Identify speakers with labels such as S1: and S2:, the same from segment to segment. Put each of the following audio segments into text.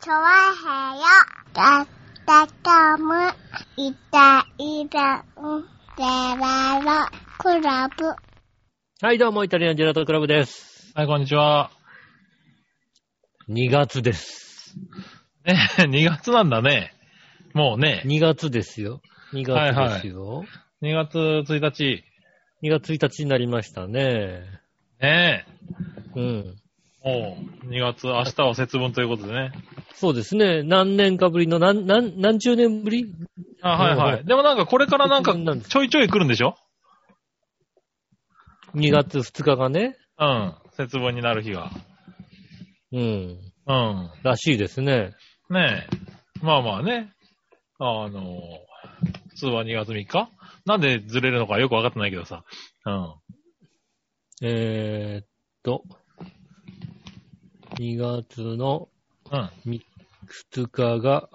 S1: チョワヘヨだったかむいたいたんでららクラブ
S2: はい、どうも、イタリアンジェラートクラブです。
S3: はい、こんにちは。
S2: 2月です。
S3: ね、2月 なんだね。もうね、
S2: 2月ですよ。2月ですよ。
S3: 2月1日、
S2: 2月1日になりましたね。
S3: ね
S2: うん。
S3: もう2月、明日は節分ということでね。
S2: そうですね。何年かぶりの、何、何、何十年ぶり
S3: あ、はいは
S2: う
S3: い。でもなんかこれからなんか
S2: 節分なんです
S3: ちょいちょい来るんでしょ
S2: ?2 月2日がね。
S3: うん。節分になる日が。
S2: うん。
S3: うん。
S2: らしいですね。
S3: ねえ。まあまあね。あの、普通は2月3日なんでずれるのかよくわかってないけどさ。うん。
S2: えー、っと、2月の
S3: うん。
S2: 2日が、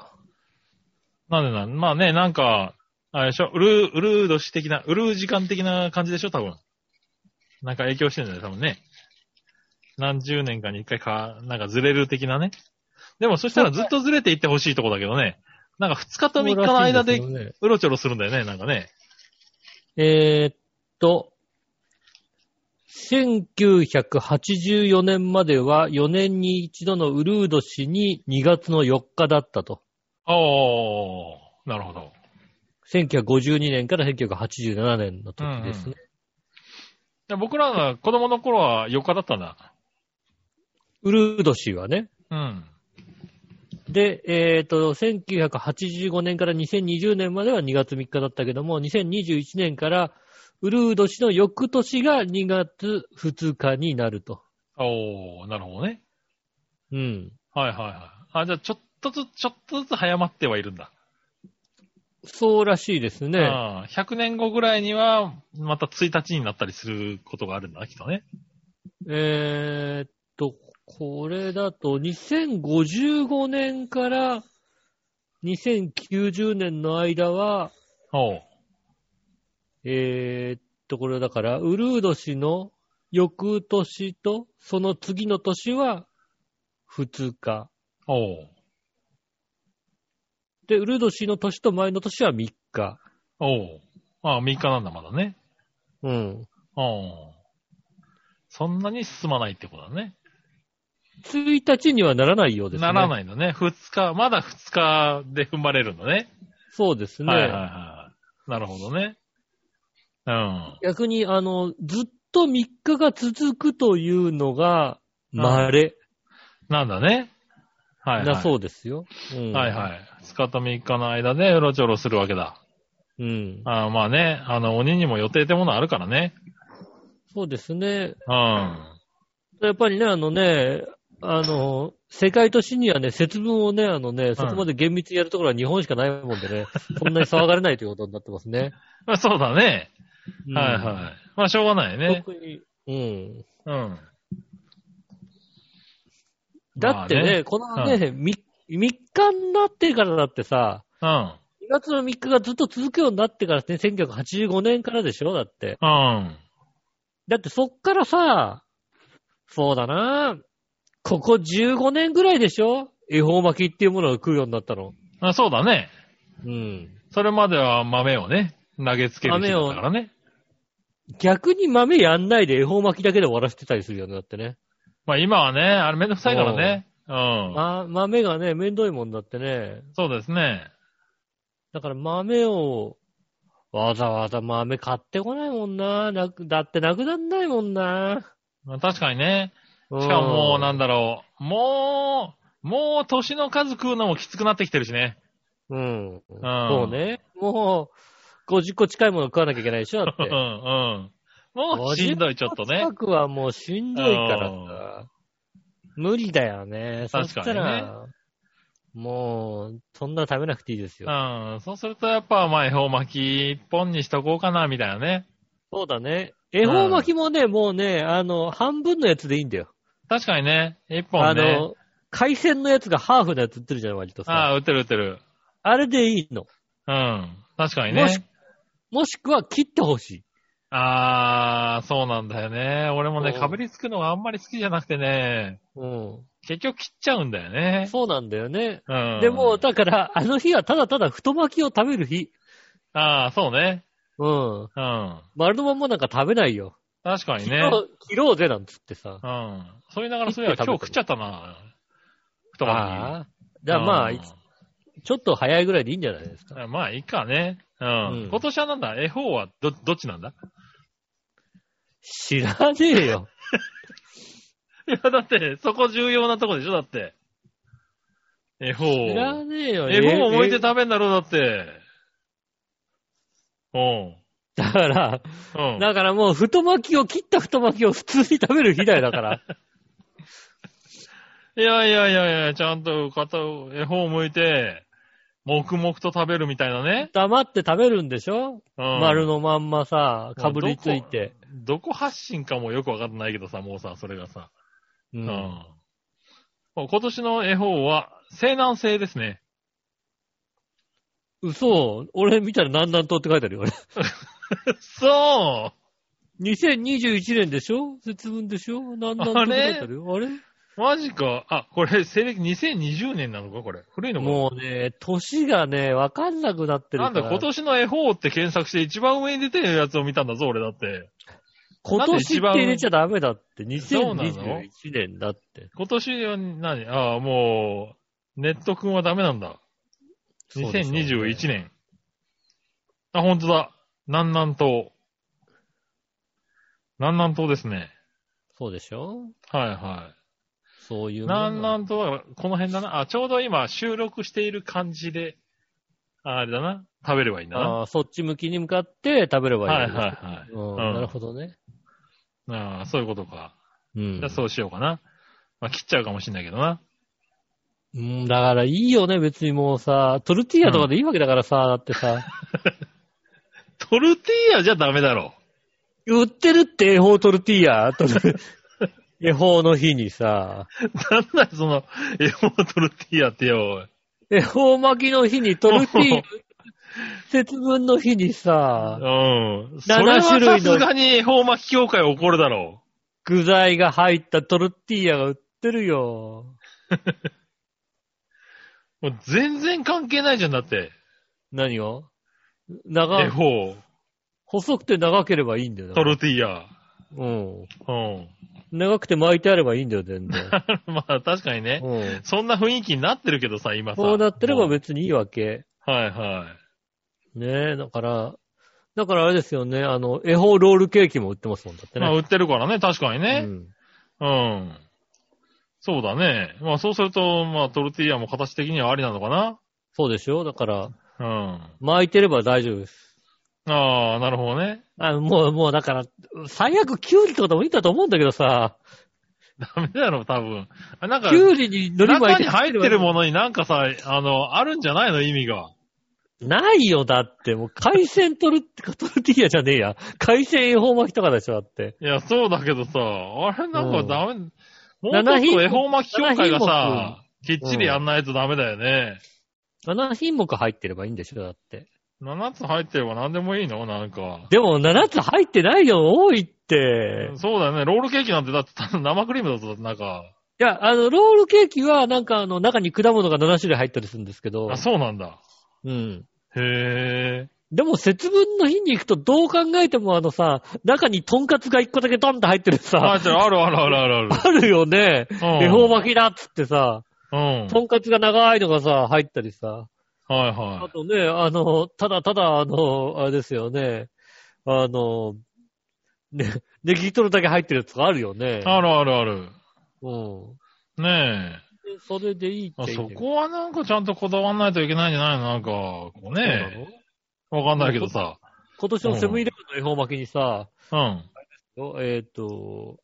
S3: なんでなん、まあね、なんか、あれでしょ、うるう、うるう年的な、うるう時間的な感じでしょ、多分。なんか影響してるんだよ、多分ね。何十年かに一回か、なんかずれる的なね。でもそしたらずっとずれていってほしいとこだけどね。なんか二日と三日の間で
S2: そうらしいですよね
S3: うろちょろするんだよね、なんかね。
S2: えーっと、1984年までは4年に一度のウルード氏に2月の4日だったと。
S3: おー、なるほど。
S2: 1952年から1987年の時ですね。
S3: で僕らが子供の頃は4日だったんだ。
S2: ウルード氏はね。
S3: うん。
S2: で、えーっと、1985年から2020年までは2月3日だったけども、2021年からウルード氏の翌年が2月2日になると。
S3: おー、なるほどね。
S2: うん。
S3: はいはいはい。あ、じゃあちょっとずつ、ちょっとずつ早まってはいるんだ。
S2: そうらしいですね。
S3: ああ100年後ぐらいには、また1日になったりすることがあるんだな、きっとね。
S2: えーっと、これだと、2055年から2090年の間は、
S3: おう。
S2: えーっと、これだから、ウルード氏の翌年と、その次の年は2日。
S3: おう。
S2: で、ウルード氏の年と前の年は3日。
S3: おう。ああ、3日なんだ、まだね。
S2: うん。
S3: おう。そんなに進まないってことだね。
S2: 1日にはならないようですね。
S3: なら
S2: い。
S3: ないのね。2日、まだ2日で踏ん張れるのね。
S2: そうですね。
S3: はいはいはい。なるほどね。うん。
S2: 逆に、あの、ずっと3日が続くというのが、稀。
S3: なんだね。はい、はい。
S2: だそうですよ。うん
S3: はいはい。2日と3日の間でうろちょろするわけだ。
S2: うん。
S3: ああまあね、あの、鬼にも予定ってものあるからね。
S2: そうですね。
S3: うん。
S2: やっぱりね、あのね、あの、世界都市にはね、節分をね、あのね、そこまで厳密にやるところは日本しかないもんで ね、そんなに騒がれないということになってますね。
S3: まあそうだね。
S2: うん
S3: はいはい。まあ、しょうがないね。
S2: 特に、うん。
S3: うん。
S2: だってね、このね、み3日になってからだってさ、
S3: ま
S2: 2月の3日がずっと続くようになってからね、1985年からでしょだって。
S3: あね。
S2: だってそっからさ、そうだなここ15年ぐらいでしょ恵方巻きっていうものが食うようになったの。
S3: うん。あそうだね。
S2: うん。
S3: それまでは豆をね、投げつける人だったからね。
S2: 逆に豆やんないで恵方巻きだけで終わらせてたりするよね、だってね。
S3: まあ今はね、あれめんどくさいからね。うん。
S2: ま、豆がね、めんどいもんだってね。
S3: そうですね。
S2: だから豆を、わざわざ豆買ってこないもんな。なくだってなくなんないもんな。
S3: まあ、確かにね。
S2: し
S3: しかももうなん
S2: だ。
S3: だろう。もう、もう年の数食うのもきつくなってきてるしね。
S2: うん。
S3: ん
S2: そうね。もう、50個近いもの食わなきゃいけないでしょ、だっ
S3: うんう
S2: て。
S3: ん。もうしんどいちょっとね
S2: 近。くはもうしんどいからさ。無理だよね。
S3: 確かにね
S2: そしたら、もう、そんな食べなくていいですよ。
S3: うん。そうするとやっぱ、まあ、恵方巻き一本にしとこうかな、みたいなね。
S2: そうだね。恵方巻きもね、もうね、あの、半分のやつでいいんだよ。
S3: 確かにね。一
S2: あ
S3: 本ね。
S2: の、海鮮のやつがハーフのやつ売ってるじゃん、割と
S3: あ
S2: さ。
S3: あ、売ってる売ってる。
S2: あれでいいの。
S3: うん。確かに
S2: もし
S3: ね。
S2: もしくは切ってほしい。
S3: あー、そうなんだよね。俺もね、
S2: うん
S3: かぶりつくのがあんまり好きじゃなくてね、
S2: うん。
S3: 結局切っちゃうんだよね。
S2: そうなんだよね。
S3: うん。
S2: でも、、だから、あの日はただただ太巻きを食べる日。
S3: あー、そうね。
S2: うん。
S3: うん。
S2: 丸のまんまなんか食べないよ。
S3: 確かに
S2: 切
S3: ね。
S2: ろう切ろうぜなんつってさ。
S3: うん。そう言いながらそういえば今日食っちゃったな。太
S2: ああ。じゃあまあ、いつちょっと早いぐらいでいいんじゃないですか。
S3: あ、まあいいかね。うん。
S2: うん
S3: 今年はなんだ恵方はど、どっちなんだ
S2: 知らねえよ。
S3: いや、だって、そこ重要なとこでしょだって。恵方。
S2: 知らねえよ。
S3: 恵方を置いて
S2: え
S3: 食べんだろうだって。お
S2: えだから、
S3: うん。うん。
S2: だからもう太巻きを、切った太巻きを普通に食べる日だよ、だ から。
S3: いやいやいやいや、ちゃんと片を、恵方を向いて、黙々と食べるみたいなね。
S2: 黙って食べるんでしょ、
S3: うん。
S2: 丸のまんまさ、かぶりついて。
S3: どこ発信かもよくわかってないけどさ、もうさ、それがさ。
S2: う
S3: うんん。今年の恵方は、西南西ですね。
S2: 嘘。俺見たら南南東って書いてあるよ、俺。
S3: そう
S2: 2021年でしょ節分でしょ南南東って書いてあるよ。あれ
S3: マジか。あ、これ、西暦2020年なのかこれ。古いのか
S2: もうね、年がね、わかんなくなってる
S3: な
S2: から。
S3: んだ、今年の恵方って検索して一番上に出てるやつを見たんだぞ、俺だって。
S2: 今年って入れちゃダメだって。
S3: そうなの
S2: 2021年だって。
S3: 今年は何、ああ、もう、ネット君はダメなんだ。
S2: そうでしょうね
S3: 2021年。あ、ほんとだ。南南東。南南東ですね。
S2: そうでしょ
S3: はいはい。
S2: そういうも
S3: 南
S2: んなの。
S3: 南東はこの辺だな。あ、ちょうど今収録している感じで、ああれだな。食べればいいんだな。
S2: あーそっち向きに向かって食べればいい。
S3: はいはいはい。
S2: うん、
S3: うん
S2: なるほどね。
S3: ああ、そういうことか。
S2: うん
S3: じゃあ。そうしようかな。まあ、切っちゃうかもしれないけどな。
S2: うん、だからいいよね、別にもうさ、トルティーヤとかでいいわけだからさ、だってさ、
S3: トルティーヤじゃダメだろ。
S2: 売ってるって、恵方トルティーヤ、トル恵方の日にさ、
S3: なんだよ、その、エモトルティーヤってよ。
S2: 恵方巻きの日にトルティーヤ、節分の日に
S3: う
S2: さ、
S3: ん。そ
S2: 種
S3: れ
S2: 類
S3: は
S2: の
S3: さすがに恵方巻き協会怒るだろ
S2: 具材が入ったトルティーヤが売ってるよ。
S3: う。もう全然関係ないじゃんだって。
S2: 何を
S3: エ
S2: 長、
S3: ホ
S2: 細くて長ければいいんだよ。
S3: トルティーヤ。
S2: うん。
S3: うん。
S2: 長くて巻いてあればいいんだよ、全然。
S3: まあ確かに ね。
S2: うん。
S3: そんな雰囲気になってるけどさ、今さ。
S2: そうなってれば
S3: もう
S2: 別にいいわけ。
S3: はいは
S2: ねえ、だから、だからあれですよね、あの、恵方ロールケーキも売ってますもんだって
S3: い。
S2: ね。
S3: まあ売ってるからね、確かにね。
S2: うん
S3: うん。そうだね。まあそうすると、まあトルティーヤも形的にはありなのかな
S2: そうでしょだから、
S3: うん。
S2: 巻いてれば大丈夫です。
S3: ああ、なるほどね。
S2: あもう、もうだから、最悪キュウリとかでもいいんだと思うんだけどさ、
S3: ダメだろ、多分。あなんか
S2: キ、ュウリに海苔巻い
S3: 中
S2: て
S3: に入ってるものになんかさ、あの、あるんじゃないの意味が。
S2: ないよ、だって。もう海鮮取るって、トルティーヤじゃねえや。海鮮恵方巻きとかでしょ、だって。
S3: いや、そうだけどさ、あれなんかダメ、もうちょ
S2: 七
S3: っ
S2: 品
S3: と
S2: 目
S3: 恵方巻き協会がさ、きっ
S2: 目
S3: ちりやんないとダメだよね。
S2: 7品目入ってればいいんでしょ、だって。
S3: 7つ入ってれば何でもいいのなんか。
S2: でも7つ入ってないよ、多いって。
S3: そうだよね。ロールケーキなんてだって生クリームだとなんか、
S2: いや、あの、ロールケーキは、なんかあの、中に果物が7種類入ったりするんですけど
S3: あ、、そうなんだ。
S2: うん。
S3: へえ。
S2: でも、節分の日に行くと、どう考えてもあのさ、中にトンカツが1個だけドンと入ってる
S3: あ、
S2: さ、
S3: じゃああるあるあるあるある。
S2: あるよね。
S3: うん
S2: 恵方巻きだっつってさ、
S3: うん。
S2: トンカツが長いのがさ、入ったりさ。
S3: はい
S2: あ
S3: は
S2: とね、あの、ただただ、あの、あれですよね。あの、ね、ネギトロだけ入ってるやつがあるよね
S3: い。。あるあるある。
S2: うん。
S3: ねえ。
S2: でそれでいいって
S3: あ
S2: 言
S3: そ
S2: ってる
S3: こはなんかちゃんとこだわんないといけないんじゃないのなんか、こう
S2: そうな
S3: ね
S2: の
S3: わかんないけどさ。
S2: 今年のセブンイレブンの恵方巻きにさ、
S3: うん。
S2: えっ、と、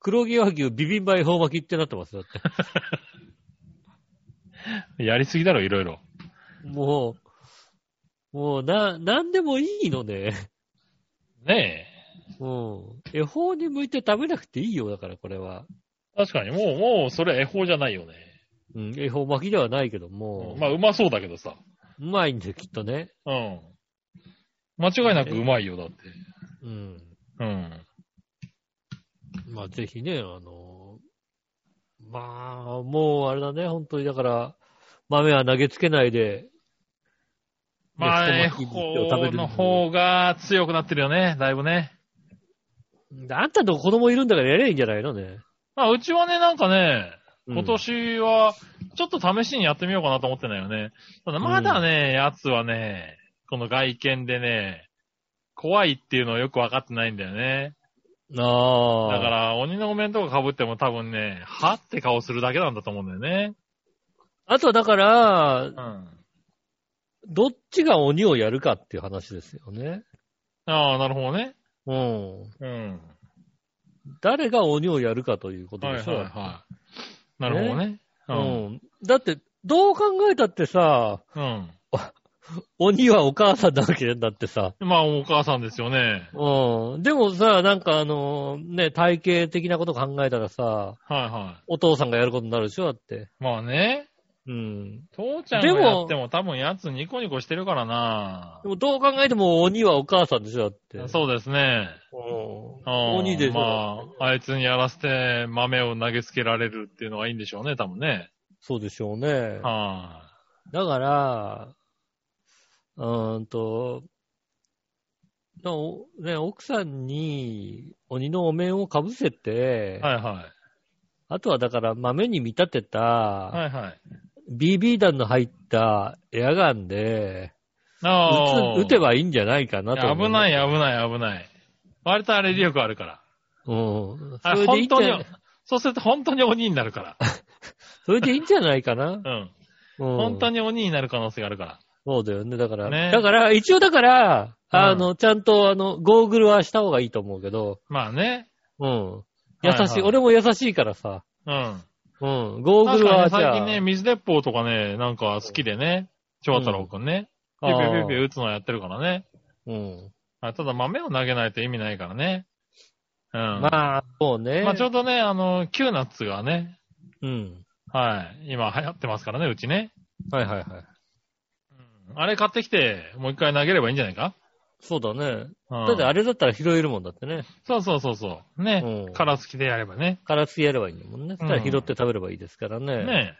S2: 黒毛和牛ビビンバ恵方巻きってなってますよ。だって
S3: やりすぎだろ、いろいろ。
S2: もう、もうな、なんでもいいのね。
S3: ね
S2: うん。恵方に向いて食べなくていいよ、だからこれは。
S3: え。確かに、もう、もう、それは恵方じゃないよね。
S2: うん、恵方巻きではないけども、
S3: まあ、うまそうだけどさ。
S2: うまいんだよ、きっとね。
S3: うん。間違いなくうまいよ、だって。
S2: うん。
S3: うん。
S2: まあ、ぜひね、あの、まあ、もうあれだね、本当にだから、豆は投げつけないで、
S3: まあね、
S2: 太巻き
S3: こうの方が強くなってるよね、だいぶね。
S2: あんたの子供いるんだからやりゃいいんじゃないのね。
S3: まあ、うちはね、なんかね、
S2: うん
S3: 今年は、ちょっと試しにやってみようかなと思ってんだよね。ただ、まだね、やつはね、この外見でね、怖いっていうのをよくわかってないんだよね。だ
S2: ああ。
S3: から、鬼のお面とか被っても多分ね、はって顔するだけなんだと思うんだよね。
S2: あとはだから
S3: う、ん。あ
S2: どっちが鬼をやるかっていう話ですよね。
S3: あ、なるほどね。
S2: うん。
S3: うん。
S2: 誰が鬼をやるかということ
S3: はい
S2: で
S3: は
S2: しょ
S3: い
S2: う。
S3: はい。なるほどね。う
S2: うん
S3: ん。
S2: だって、どう考えたってさ、
S3: うん。
S2: 鬼はお母さんだわけだってさ。
S3: まあ、お母さんですよね。
S2: うん。でもさ、なんかあの、ね、体系的なこと考えたらさ、
S3: はいは
S2: お父さんがやることになるでしょだって。
S3: い。まあね。
S2: うん。
S3: 父ちゃんが
S2: でも
S3: やっても多分やつニコニコしてるからな
S2: でもどう考えても鬼はお母さんでしょだって。
S3: そうですね。
S2: う。
S3: うんん
S2: 鬼でしょ。
S3: まあ、あいつにやらせて豆を投げつけられるっていうのがいいんでしょうね、多分ね。
S2: そうでしょうね。
S3: は
S2: だから、うーんと、なおね、奥さんに鬼のお面をかぶせて
S3: い。、はいは
S2: あとはだから豆に見立てた、
S3: い。はいはい。
S2: BB 弾の入ったエアガンで、
S3: ああ。
S2: 撃つ撃てばいいんじゃないかなと思う。
S3: 危ない危ない危ない。割とあれ威力あるから。
S2: うん。そ
S3: あ
S2: れでいい
S3: 本
S2: んじゃ
S3: 当に、そうすると本当に鬼になるか
S2: それでいいんじゃないかな。
S3: ら。うん。
S2: うん
S3: 本当に鬼になる可能性があるから。
S2: そうだよね。だから、
S3: ね
S2: だから、一応だから、
S3: うん
S2: あの、ちゃんと、あの、ゴーグルはした方がいいと思うけど、
S3: まあね。
S2: うん。優しい、
S3: はいはい
S2: 俺も優しいからさ、
S3: うん。
S2: うん。ゴーグ
S3: 確
S2: ル
S3: か
S2: は
S3: に
S2: じゃ
S3: 最
S2: あ、
S3: 近ね、水鉄砲とかね、なんか好きでね、長太郎くんね。
S2: う
S3: ピ
S2: ん
S3: ュ
S2: あ
S3: ピ
S2: ー
S3: ュピュピュ打つのやってるからね。
S2: うん。
S3: あただ豆を投げないと意味ないからね。うん。まあ、
S2: まあ、そうね。
S3: ちょうどね、あの、キューナッツがね、
S2: うん。
S3: はい、今流行ってますからね、うちね。
S2: はいはいはい。
S3: あれ買ってきて、もう一回投げればいいんじゃないか
S2: そうだね。
S3: うん。
S2: だってあれだったら拾えるもんだってね。
S3: そうそうそうそう。ね、
S2: うん
S3: カラスきでやればね。
S2: からつけやればいいんだもんね。そしたら拾って食べればいいですからね。
S3: ね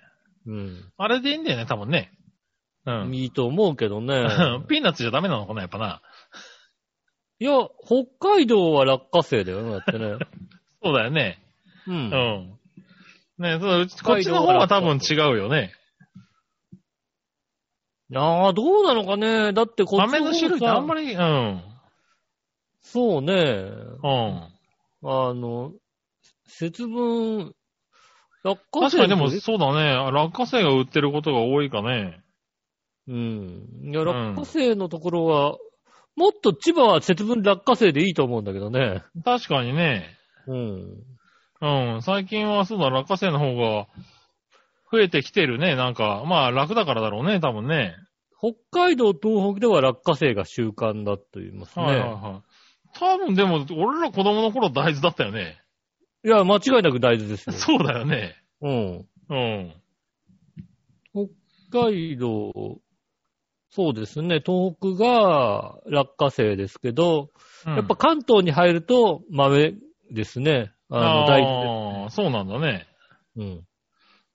S2: うん。
S3: あれでいいんだよね、多分ね。うん。
S2: いいと思うけど ね。
S3: ピーナッツじゃダメなのかな、やっぱな。
S2: いや、北海道は落花生だよね、だって ね。
S3: そうだよね。
S2: う。
S3: うんん。ねそううちこっちの方は多分違うよね。
S2: ああ、どうなのかね。だってこっち
S3: 豆の種類ってあんま
S2: り。
S3: り、うん。
S2: そうね。
S3: うん。
S2: あの、節分、落花生。
S3: 確かにでも、そうだね。落花生が売ってることが多いかね。
S2: うん。いや、
S3: ん
S2: 落花生のところは、もっと千葉は節分落花生でいいと思うんだけどね。
S3: 確かにね。
S2: うん。
S3: うん。最近はそうだ、落花生の方が増えてきてるね。なんか、まあ楽だからだろうね、多分ね。
S2: 北海道、東北では落花生が習慣だと言いますね。
S3: はいはいはい。多分でも、俺ら子供の頃大豆だったよね。
S2: いや、間違いなく大豆ですよ。
S3: そうだよね。
S2: うん。
S3: うん。
S2: 北海道、そうですね、東北が落花生ですけど、
S3: うん
S2: やっぱ、関東に入ると豆ですね。あの、大豆。
S3: ああ、そうなんだね。
S2: うん。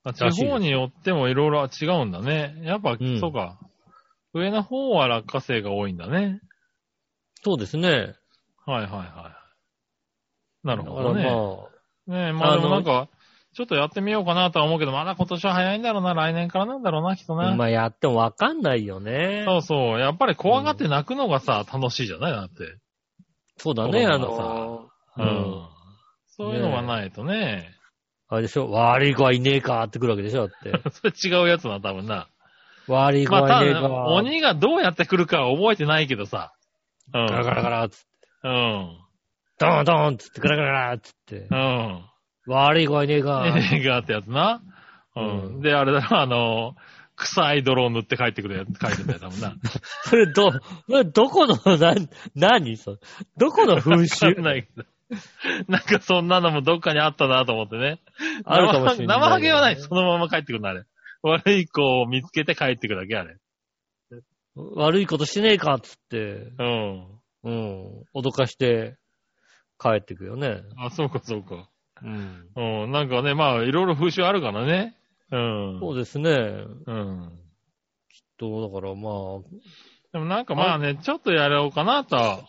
S3: あ
S2: らしいです
S3: 地方によってもいろいろ違うんだね。やっぱ、
S2: うん
S3: そうか。上の方は落花生が多いんだね。
S2: そうですね。
S3: はいはいはい。な
S2: な
S3: るほどね。ねえ、ま
S2: あ
S3: あ
S2: の
S3: でもなんか、ちょっとやってみようかなとは思うけど、まだ今年は早いんだろうな、来年からなんだろうな、きっと
S2: まあ、
S3: な。
S2: まあやってもわかんないよね。
S3: そうそう。やっぱり怖がって泣くのがさ、楽しいじゃないだって。
S2: そうだね、
S3: そう
S2: あ
S3: だな
S2: の、う。
S3: うんん。そういうのがないとね。
S2: あれでしょ、悪い子はいねえかってくるわけでしょ、だって。
S3: それ違うやつな、多分な。
S2: 悪い子
S3: まあ、
S2: は
S3: た
S2: いねえか。
S3: だ、鬼がどうやって来るかは覚えてないけどさ。うん。
S2: ガラガラガラ、つって、
S3: うん。
S2: ドーンドーンつって、ガラガラガラ、つって
S3: う。ん。
S2: 悪い子はいねえか。
S3: 映画ってやつな。う
S2: うん
S3: ん。で、あれだろ、あの、臭い泥を塗って帰ってくるやつ、帰ってたよ、多分な。
S2: それ、ど、それどこの、な、何それどこの風習
S3: わかんないけど。なんかそんなのもどっかにあったなと思ってね。
S2: あるかもしれない。
S3: 生ハゲはない。そのまま帰ってくるの、あれ。悪い子を見つけて帰ってくるだけ、あれ。
S2: 悪いことしてねえかっつって、
S3: うん。
S2: うん、脅かして帰ってくよね。
S3: あ、そうか、そうか。
S2: うん。
S3: うん。なんかね、まあ、いろいろ風習あるからね。うん。
S2: そううですね。
S3: ん。
S2: と、だからまあ、
S3: でもなんかまあね、ちょっとやろうかなとは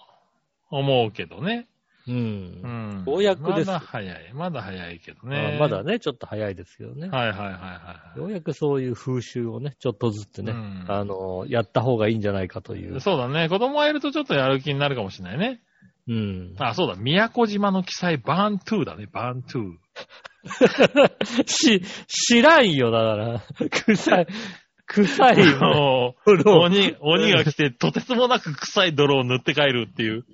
S3: 思うけどね。
S2: う。
S3: うんん。
S2: ようやくです
S3: まだ早い。まだ早いけど
S2: ま
S3: ね。
S2: あまだね、ちょっと早いですけどね。
S3: はいはいはいはい
S2: よ
S3: は
S2: うやくそういう風習をね、ちょっとずつね、
S3: うん
S2: あの、やった方がいいんじゃないかという
S3: い。。そうだね。子供がいるとちょっとやる気になるかもしれないね。
S2: うん。
S3: あ、そうだ。宮古島の記載、バーントゥーだね。バーントゥー。
S2: し、知らんよ、だから。 臭い、臭いよ。
S3: もう鬼、鬼が来て、とてつもなく臭い泥を塗って帰るっていう。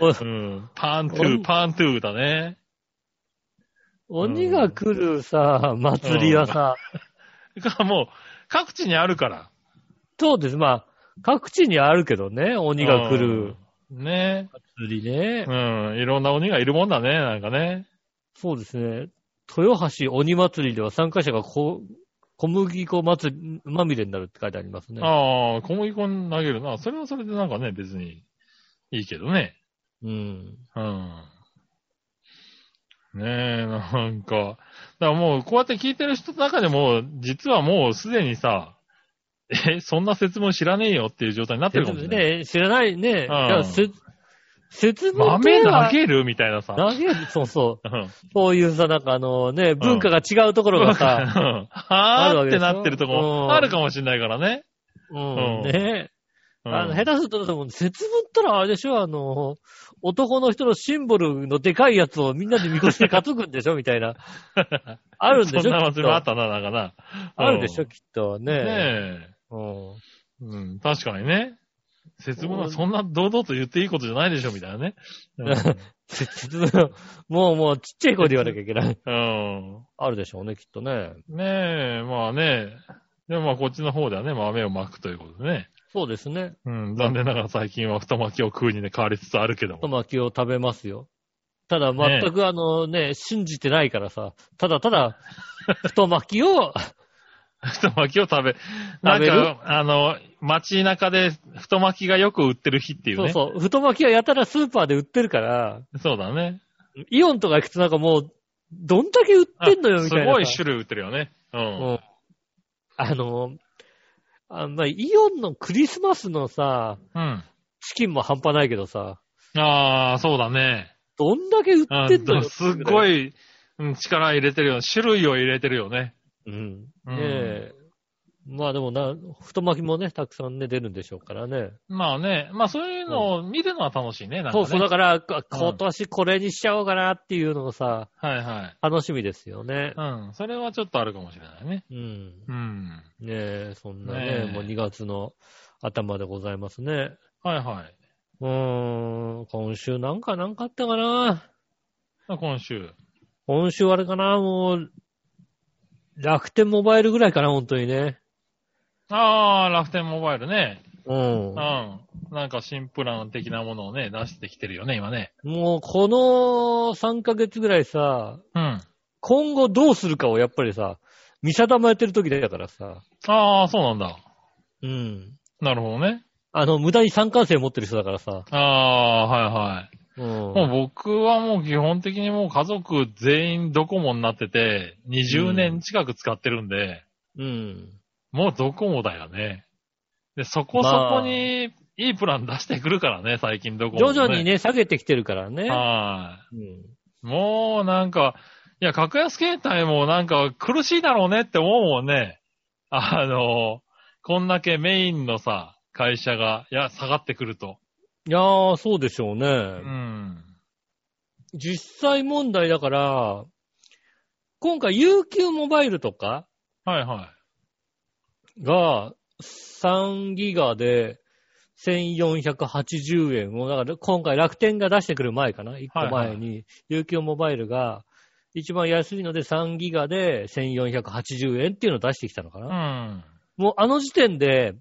S3: うん。パーントゥ
S2: 鬼
S3: ー、パーントゥーだね。
S2: 鬼が来るさ、祭りはさ、
S3: かもう、各地にあるから。
S2: そうです。まあ、各地にあるけどね、鬼が来る
S3: うん。ね
S2: 祭りね
S3: う。ん。いろんな鬼がいるもんだね、なんかね。
S2: そうですね。豊橋鬼祭りでは参加者がこ小麦粉祭り、まみれになるって書いてありますね。
S3: ああ、小麦粉投げるな。それはそれでなんかね、別にいいけどね。
S2: うん。
S3: うん。ねえ、なんか。だからもう、こうやって聞いてる人の中でも、実はもうすでにさ、え、そんな説問知らねえよっていう状態になってるかもしれな い。
S2: ね、知らないね。だ
S3: ん
S2: からせ節分
S3: 豆
S2: といえば
S3: 投げるみたいなさ。
S2: 投げるそうそう。
S3: うん
S2: そういうさ、なんかあのね、文化が違うところが
S3: うん
S2: さ、あ
S3: は
S2: るわ
S3: ぁっ
S2: けでし
S3: て
S2: ょ
S3: なってるとこ
S2: うん
S3: もあるかもしれないからね。
S2: うん、
S3: うん
S2: ね。
S3: うん
S2: あの、下手すると、でも節分ったらあれでしょあの、男の人のシンボルのでかいやつをみんなで見越して担ぐんでしょみたい な。あるんでしょ
S3: そんな
S2: きっ
S3: 祭り
S2: と
S3: もあったな、なんかな。
S2: あるでしょ
S3: うん
S2: きっとね。
S3: ねえ。
S2: うん。
S3: うん、確かにね。節分はそんな堂々と言っていいことじゃないでしょ、みたいなね。うん
S2: 節分、もうもうちっちゃい声で言わなきゃいけない。
S3: うん。
S2: あるでしょうね、きっとね。
S3: ねえ、まあね。でもまあこっちの方ではね、豆を巻くということでね。
S2: そうですね。
S3: うん、残念ながら最近は太巻きを食うにね、変わりつつあるけど
S2: 太
S3: も。
S2: 巻きを食べますよ。ただ、
S3: ねえ
S2: 全くあのね、信じてないからさ、ただただ、太巻きを、
S3: 太巻きを食べ、な
S2: 食
S3: ん
S2: べる
S3: か、あの、街中で太巻きがよく売ってる日っていう
S2: そう
S3: ね。
S2: そう、太巻きはやたらスーパーで売ってるから、
S3: そうだね。
S2: イオンとか行くとなんかもう、どんだけ売ってんのよ、
S3: あ
S2: み
S3: す
S2: たいなさ。
S3: ごい種類売ってるよね。う。
S2: うんんあの、あまあ、イオンのクリスマスのさ、
S3: うん。
S2: チキンも半端ないけどさ、
S3: ああ、そうだね。
S2: どんだけ売っ
S3: あ
S2: てんのよ。
S3: すっご
S2: い。
S3: い、うん力入れてるよ。種類を入れてるよね。
S2: うん。ね
S3: うん
S2: え。まあでもな、太巻きもね、たくさんね、出るんでしょうからね。
S3: まあね。まあそういうのを見るのは楽しいね。なんか
S2: そ
S3: ね
S2: うそう、だから、こ今年これにしちゃおうかなっていうのをさ、
S3: はいはい。
S2: 楽しみですよね。
S3: うん。それはちょっとあるかもしれないね。
S2: うん。
S3: うん。
S2: ねえ、そんなね
S3: ねえ
S2: もう2月の頭でございますね。
S3: はいはい。
S2: うーん、今週なんかなんかあったかな
S3: まあ今週。
S2: 今週あれかなもう、楽天モバイルぐらいかな本当にね。
S3: ああ、楽天モバイルね。
S2: うん
S3: う。ん。なんか新プラン的なものをね、出してきてるよね、今ね。
S2: もうこの3ヶ月ぐらいさ、
S3: うん。
S2: 今後どうするかをやっぱりさ、見定めてる時だからさ、
S3: ああ、そうなんだ。
S2: うん。
S3: なるほどね。
S2: あの、無駄に三冠生持ってる人だからさ、
S3: ああ、はいはい。
S2: うん。
S3: もう僕はもう基本的にもう家族全員ドコモになってて、20年近く使ってるんで、
S2: うん。
S3: もうドコモだよね。で、そこそこにいいプラン出してくるからね、最近ドコモ、
S2: 徐々に。ね、下げてきてるからね。
S3: はい。
S2: うん。
S3: もうなんか、いや、格安携帯もなんか苦しいだろうねって思うもんね。あの、こんだけメインのさ、会社が、いや、下がってくると。
S2: いやー、そうでしょうね。
S3: うん。
S2: 実際問題だから、今回 UQ モバイルとか
S3: はいは
S2: が3ギガで1480円を、だから今回楽天が出してくる前かな ?1 個前に UQ モバイルが一番安いので3ギガで1480円っていうのを出してきたのか
S3: い。う
S2: な、
S3: ん。
S2: もうあの時点で、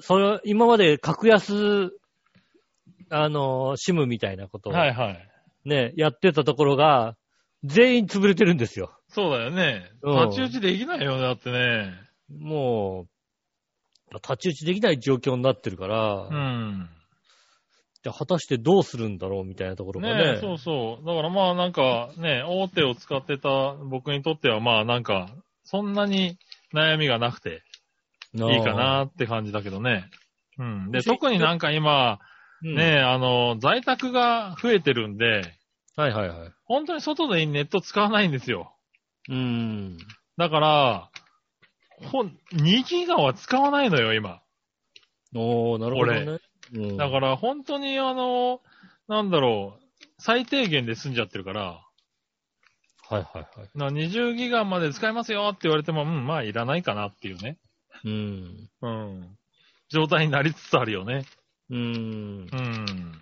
S2: それ、今まで格安、あの、シムみたいなことを
S3: はいはい。
S2: ね、やってたところが、全員潰れてるんですよ。
S3: そうだよね。
S2: うん
S3: 立ち打ちできないよね、だってね。
S2: も太刀打ちできない状況になってるから、
S3: うん。
S2: じゃあ果たしてどうするんだろうみたいなところがね。
S3: ねえ、そうそう。だからまあなんかね、大手を使ってた僕にとってはまあなんか、そんなに悩みがなくて
S2: ああ
S3: いいか。なって感じだけどね。うん。で、
S2: そ
S3: 特になんか今、
S2: うん
S3: ねえ、あの、在宅が増えてるんで、
S2: はいはいはい。
S3: 本当に外でネット使わないんですよ。
S2: うん。
S3: だから、ほん、2ギガは使わないのよ、今。
S2: おー、なるほどね。うん
S3: だから本当にあの、なんだろう、最低限で済んじゃってるから、
S2: はいはいはい。
S3: な20ギガまで使えますよって言われても、うん、まあいらないかなっていうね。
S2: うん。
S3: うん。状態になりつつあるよね。
S2: うん。
S3: うん。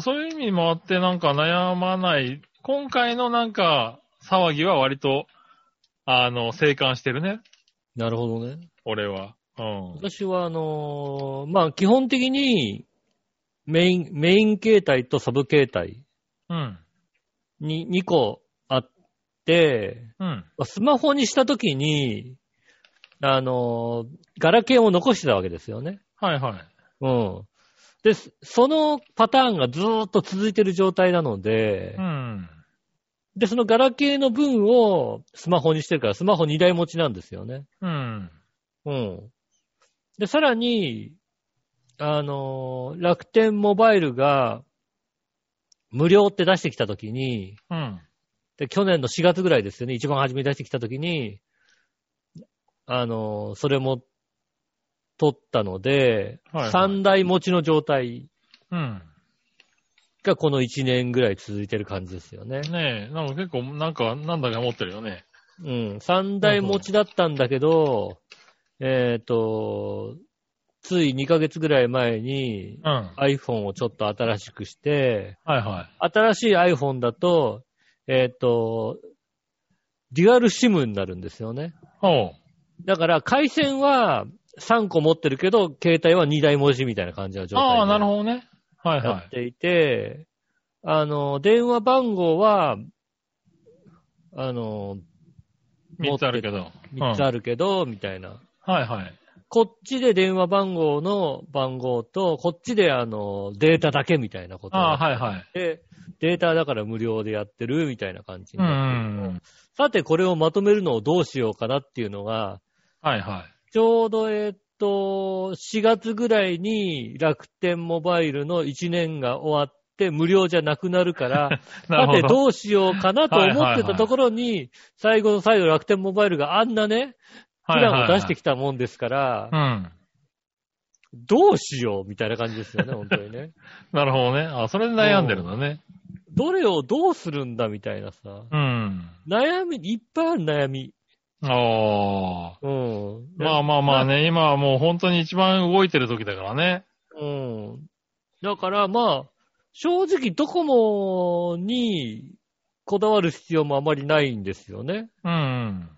S3: そういう意味もあって、なんか悩まない。今回のなんか騒ぎは割と、あの、生還してるね。
S2: なるほどね。
S3: 俺は。うん。
S2: 私は、あのーまあ、基本的に、メイン、メイン形態とサブ形態
S3: うん。
S2: に2個あって、
S3: うん。
S2: まあスマホにしたときに、あのーガラケーを残してたわけですよね。
S3: はいはい。
S2: うん。で、そそのパターンがずーっと続いてる状態なので、
S3: うん。
S2: で、そのガラケーの分をスマホにしてるから、スマホ2台持ちなんですよね。
S3: うん。
S2: うん。で、さらに、あのー楽天モバイルが、無料って出してきたときに、
S3: うん。
S2: で、去年の4月ぐらいですよね、一番初めに出してきたときに、あのーそれも、取ったので、
S3: はいはい
S2: 3台持ちの状態
S3: うん。
S2: がこの1年ぐらい続いてる感じですよね。
S3: ねえ、なんか結構、なんか、なんだか持ってるよね。
S2: うん、3台持ちだったんだけど、えっ、と、つい2ヶ月ぐらい前に、
S3: うん。はい
S2: iPhone をちょっと新しくして、
S3: は
S2: 新しい iPhone だと、えっ、と、デュアル SIM になるんですよね。
S3: い。ほ
S2: だから回線は3個持ってるけど、携帯は2台持ちみたいな感じの
S3: う。
S2: 状態
S3: ああ、なる
S2: ほ
S3: ほどね。はい
S2: や
S3: は
S2: っていて、あの、電話番号は、あの、
S3: い。3つあるけど。
S2: 3つあ
S3: る。
S2: るけど、みたいな。
S3: はいはい。
S2: こっちで電話番号の番号と、こっちであの、データだけみたいなことに
S3: あ
S2: な
S3: あ、
S2: って
S3: はいはい。
S2: で、データだから無料でやってるみたいな感じに
S3: う
S2: なってる
S3: ん。
S2: さて、これをまとめるのをどうしようかなっていうのが、
S3: はいは
S2: ちょうど、えーっと、4月ぐらいに楽天モバイルの1年が終わって、無料じゃなくなるから、
S3: い。 な
S2: さて
S3: るほど。
S2: どうしようかなと思ってたところに、最後の最後楽天モバイルがあんなね、プ
S3: はいはい
S2: ラ
S3: は
S2: ン
S3: い
S2: を出してきたもんですから
S3: う、ん。
S2: どうしようみたいな感じですよね、本当に ね。
S3: なるほどね。あ、それで悩んでるんだね。
S2: どれをどうするんだみたいなさ、
S3: うん。
S2: 悩み、いっぱいある悩み。
S3: ああ。
S2: うん。
S3: まあまあまあね、今はもう本当に一番動いてる時だからね。
S2: うん。だからまあ、正直ドコモにこだわる必要もあまりないんですよね。
S3: うん。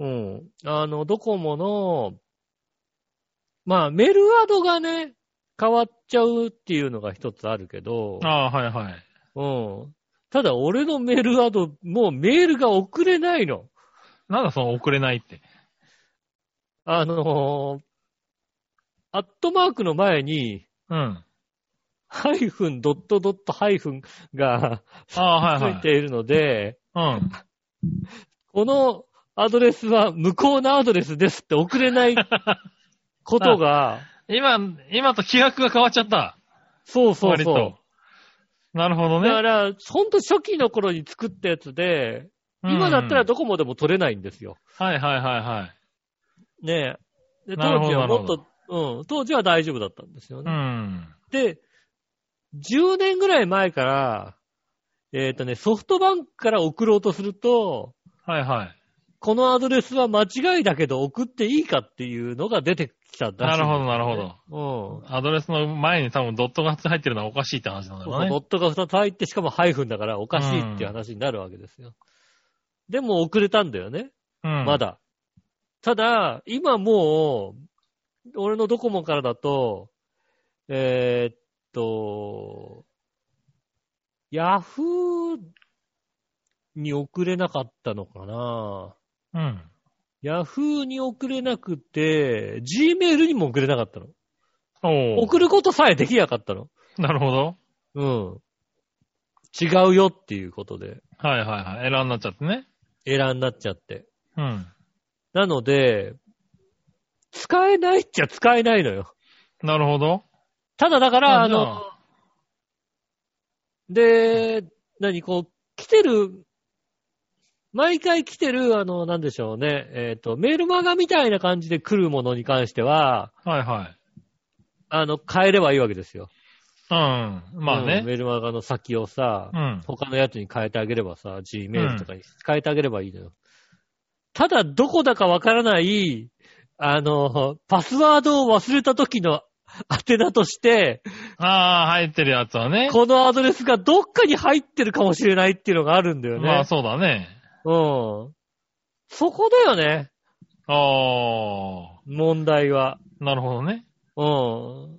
S2: うん。あの、ドコモの、まあ、メールアドがね、変わっちゃうっていうのが一つあるけど、
S3: ああ、はいはい。
S2: うん。ただ俺のメールアド、もうメールが送れないの。
S3: なんだその遅れないって。
S2: あのーアットマークの前に、
S3: うん。
S2: ハイフン、ドットドットハイフンが
S3: ああ、
S2: つ
S3: はいはい
S2: ているので、
S3: い。うん。
S2: このアドレスは無効なアドレスですって送れ ないことが、
S3: 今、今と規約が変わっちゃった。
S2: そうそう
S3: 割と
S2: そ
S3: なるほど
S2: う。
S3: ね。
S2: だから、ほんと初期の頃に作ったやつで、
S3: うん
S2: 今だったらドコモでも取れないんですよ。
S3: はいはいはいはい。
S2: ねえ。で
S3: なる
S2: 当
S3: ほ
S2: 時
S3: ど
S2: はもっと、うん、当時は大丈夫だったんですよね。
S3: うん。
S2: で、10年ぐらい前から、えっ、とね、ソフトバンクから送ろうとすると、
S3: はいはい。
S2: このアドレスは間違いだけど送っていいかっていうのが出てきたらしいんですよね
S3: なるほどなるほど。
S2: うん。
S3: アドレスの前に多分ドットが入ってるのはおかしいって話なんだ
S2: そうそ
S3: ろう
S2: う
S3: ね。
S2: ド
S3: う
S2: ットが2つ入ってしかもハイフンだからおかしいっていう話になるわけですよ。でも遅れたんだよね、
S3: ん。
S2: ま。だ。ただ、今もう、俺のドコモからだと、えーっと、ヤフーに送れなかったのかな
S3: うん。
S2: ヤフーに送れなくて、Gmail にも送れなかったの。
S3: おー
S2: 送ることさえできなかったの。
S3: なるほど。
S2: うん。違うよっていうことで、
S3: はいはいはい。エラーになっちゃってね。
S2: エラーになっちゃって。
S3: うん。
S2: なので、使えないっちゃ使えないのよ。
S3: なるほど。
S2: ただだから、あ
S3: じゃ
S2: の、で、何、こう、来てる、毎回来てる、あの、なんでしょうね、えっ、と、メールマガみたいな感じで来るものに関しては、
S3: はいはい。
S2: あの、変えればいいわけですよ。
S3: うん。まあ
S2: うん
S3: ね。
S2: メールマガの先をさ、
S3: うん。
S2: 他のやつに変えてあげればさ、Gmail とかに変えてあげればいいのよ。ただ、どこだかわからない、あの、パスワードを忘れた時の 宛名として、
S3: ああ、入ってるやつはね。
S2: このアドレスがどっかに入ってるかもしれないっていうのがあるんだよね。
S3: まあそうだね。
S2: うん。そこだよね、
S3: あ
S2: 問題は。
S3: あ、なるほどね。
S2: うん。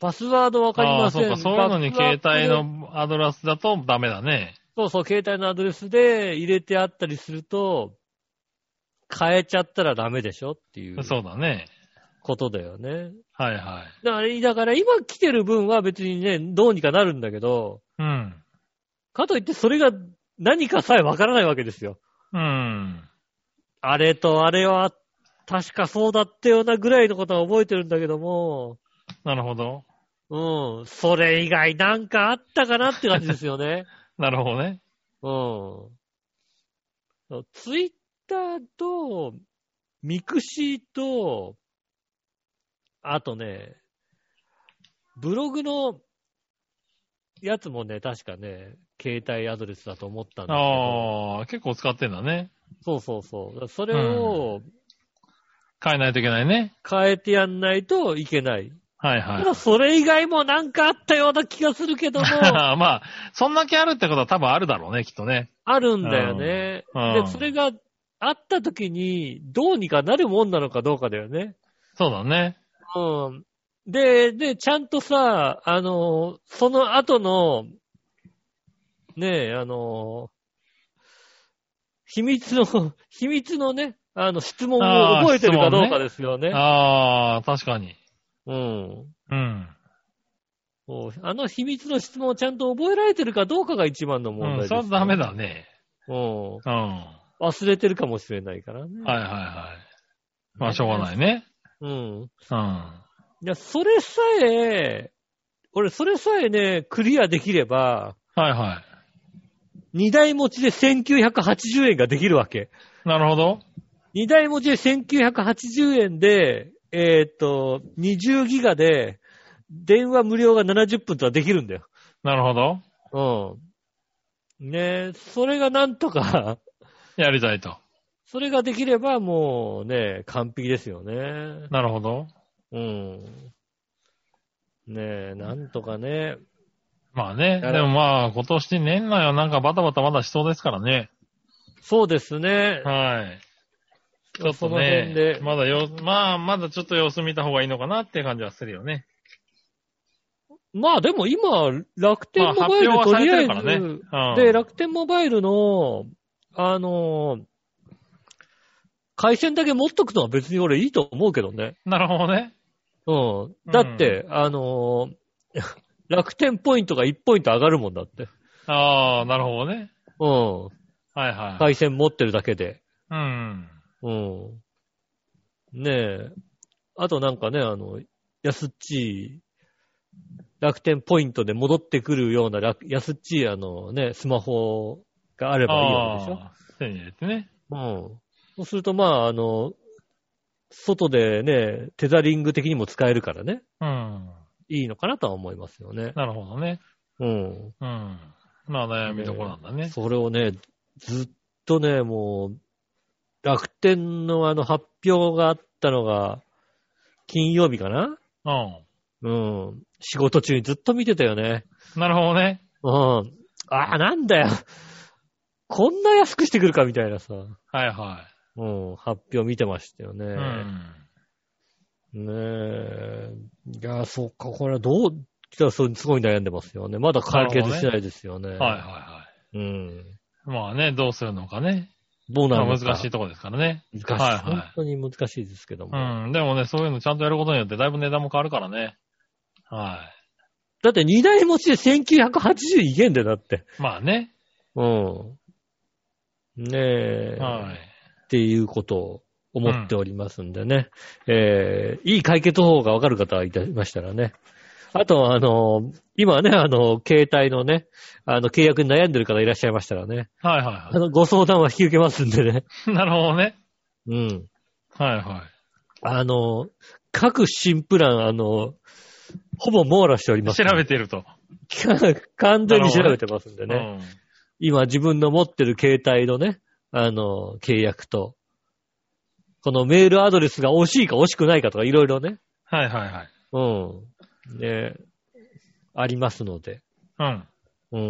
S2: パスワードわかり
S3: ああー、
S2: ま
S3: そ
S2: せ。
S3: うんか。そういうのに携
S2: バ
S3: 帯
S2: ックアップで。
S3: のアドレスだとダメだね。
S2: そうそう、携帯のアドレスで入れてあったりすると、変えちゃったらダメでしょっていう
S3: そうだね。
S2: ことだよね。
S3: はいはい。
S2: だから、だから今来てる分は別にね、どうにかなるんだけど、
S3: うん。
S2: かといってそれが何かさえわからないわけですよ。
S3: うん。
S2: あれとあれは、確かそうだったようなぐらいのことは覚えてるんだけども、
S3: なるほど。
S2: うん。それ以外なんかあったかなって感じですよね。
S3: なるほどね。
S2: うん。ツイッターと、ミクシーと、あとね、ブログのやつもね、確かね、携帯アドレスだと思ったんだけど、
S3: ああ、結構使ってんだね。
S2: そうそうそう。それを
S3: 変えないといけないね。
S2: 変えてやんないといけない。
S3: はい
S2: た
S3: はい。
S2: だそれ以外もなんかあったような気がするけ ども、
S3: まあ、そんだけあるってことは多分あるだろうね、きっとね。
S2: あるんだよね。
S3: うん
S2: で、それがあった時に、どうにかなるもんなのかどうかだよね。
S3: そうだね。
S2: うん。で、で、ちゃんとさ、あの、その後の、ねえ、あの、秘密の、 秘密のね、あの、質問を覚えてるかどうかですよね。
S3: ああ、確かに。
S2: うん。
S3: うん。
S2: そうあの秘密の質問をちゃんと覚えられてるかどうかが一番の問題
S3: う
S2: で
S3: ん、
S2: す
S3: そ
S2: よ、
S3: れはダメだね。
S2: うん。
S3: うん。は
S2: 忘れてるかもしれないからね
S3: い。はいはい。まあ、しょうがないね。
S2: うん。
S3: うん。
S2: いや、それさえ、俺、それさえね、クリアできれば、
S3: はいは
S2: 二台持ちで1980円ができるわけ。
S3: い。なるほど。
S2: 二台持ちで1980円で、えーっと、20ギガで、電話無料が70分とはできるんだよ。
S3: なるほど。
S2: うん。ねえ、それがなんとか、
S3: やりたいと。
S2: それができればもうね、完璧ですよね。
S3: なるほど。
S2: うん。ねえ、なんとかね。
S3: まあ
S2: や
S3: ね。で
S2: ら
S3: もまあ、今年年内はなんかバタバタまだしそうですからね。
S2: そうですね。
S3: はい。ちょっ
S2: そ
S3: と
S2: の辺
S3: ね
S2: で、
S3: まだよ、まあ、まだちょっと様子見た方がいいのかなっていう感じはするよね。
S2: まあでも今、楽天モバイ
S3: まあ
S2: ルと
S3: 発表はさ
S2: りあえ
S3: れてる
S2: ず、
S3: からねうん。
S2: で、楽天モバイルの、あのー回線だけ持っとくのは別に俺いいと思うけどね。
S3: なるほどね。
S2: うん。だって、あのー 楽天ポイントが1ポイント上がるもんだって。
S3: ああ、なるほどね。
S2: うん。
S3: はいはい。
S2: 回線持ってるだけで。
S3: うん。
S2: うん。ねえ。あとなんかね、あの、安っちい、楽天ポイントで戻ってくるような楽安っちい、あのね、スマホがあればいいわけでしょ。
S3: ああ、手に入れてね。
S2: うん。そうすると、まあ、あの、外でね、テザリング的にも使えるからね、
S3: うん。
S2: いいのかなとは思いますよね。
S3: なるほどね。
S2: うん。
S3: うん。まあ悩みどころなんだね。
S2: それをね、ずっとね、もう、楽天のあの発表があったのが、金曜日かな
S3: う
S2: うん。仕事中にずっと見てたよね。
S3: ん。なるほどね。
S2: うん。ああ、なんだよ。こんな安くしてくるかみたいなさ、
S3: はいは
S2: うん、発表見てましたよね。
S3: い。うん。
S2: ねえ。いや、そっか、これはどう、じゃあ、そうすごい悩んでますよね。まだ解決しないですよね。
S3: はいはいは
S2: うん。
S3: い。まあね、どうするのかね。
S2: うどうなる
S3: まあ
S2: の
S3: 難
S2: か。
S3: しいとこですからね。
S2: 難しい。
S3: はい
S2: 本
S3: は
S2: 当に難しいですけども。
S3: い。うん。でもね、そういうのちゃんとやることによってだいぶ値段も変わるからね。は
S2: だって2台持ちで1980いけんだよ、だって。
S3: い。まあね。
S2: うん。ねえ。
S3: はい。
S2: っていうことを思っておりますんでね。えー、いい解決方法がわかる方がいたしましたらね。あと、あの、今ね、あの、携帯のね、あの、契約に悩んでる方いらっしゃいましたらね、
S3: はい
S2: あ
S3: は
S2: の、ご相談は引き受けますんでね。
S3: い。 なるほどね。
S2: うん。
S3: はいは
S2: あの、各新プラン、あの、ほぼ網羅しておりま
S3: い。
S2: す
S3: 調
S2: んで、
S3: べてると。
S2: 完全に調べてますんで
S3: う
S2: ね。
S3: ん。
S2: 今自分の持ってる携帯のね、あの、契約と、このメールアドレスが惜しいか惜しくないかとかいろいろね、
S3: はいはいはい。
S2: うん。ね、ありますので、
S3: うん。
S2: うん。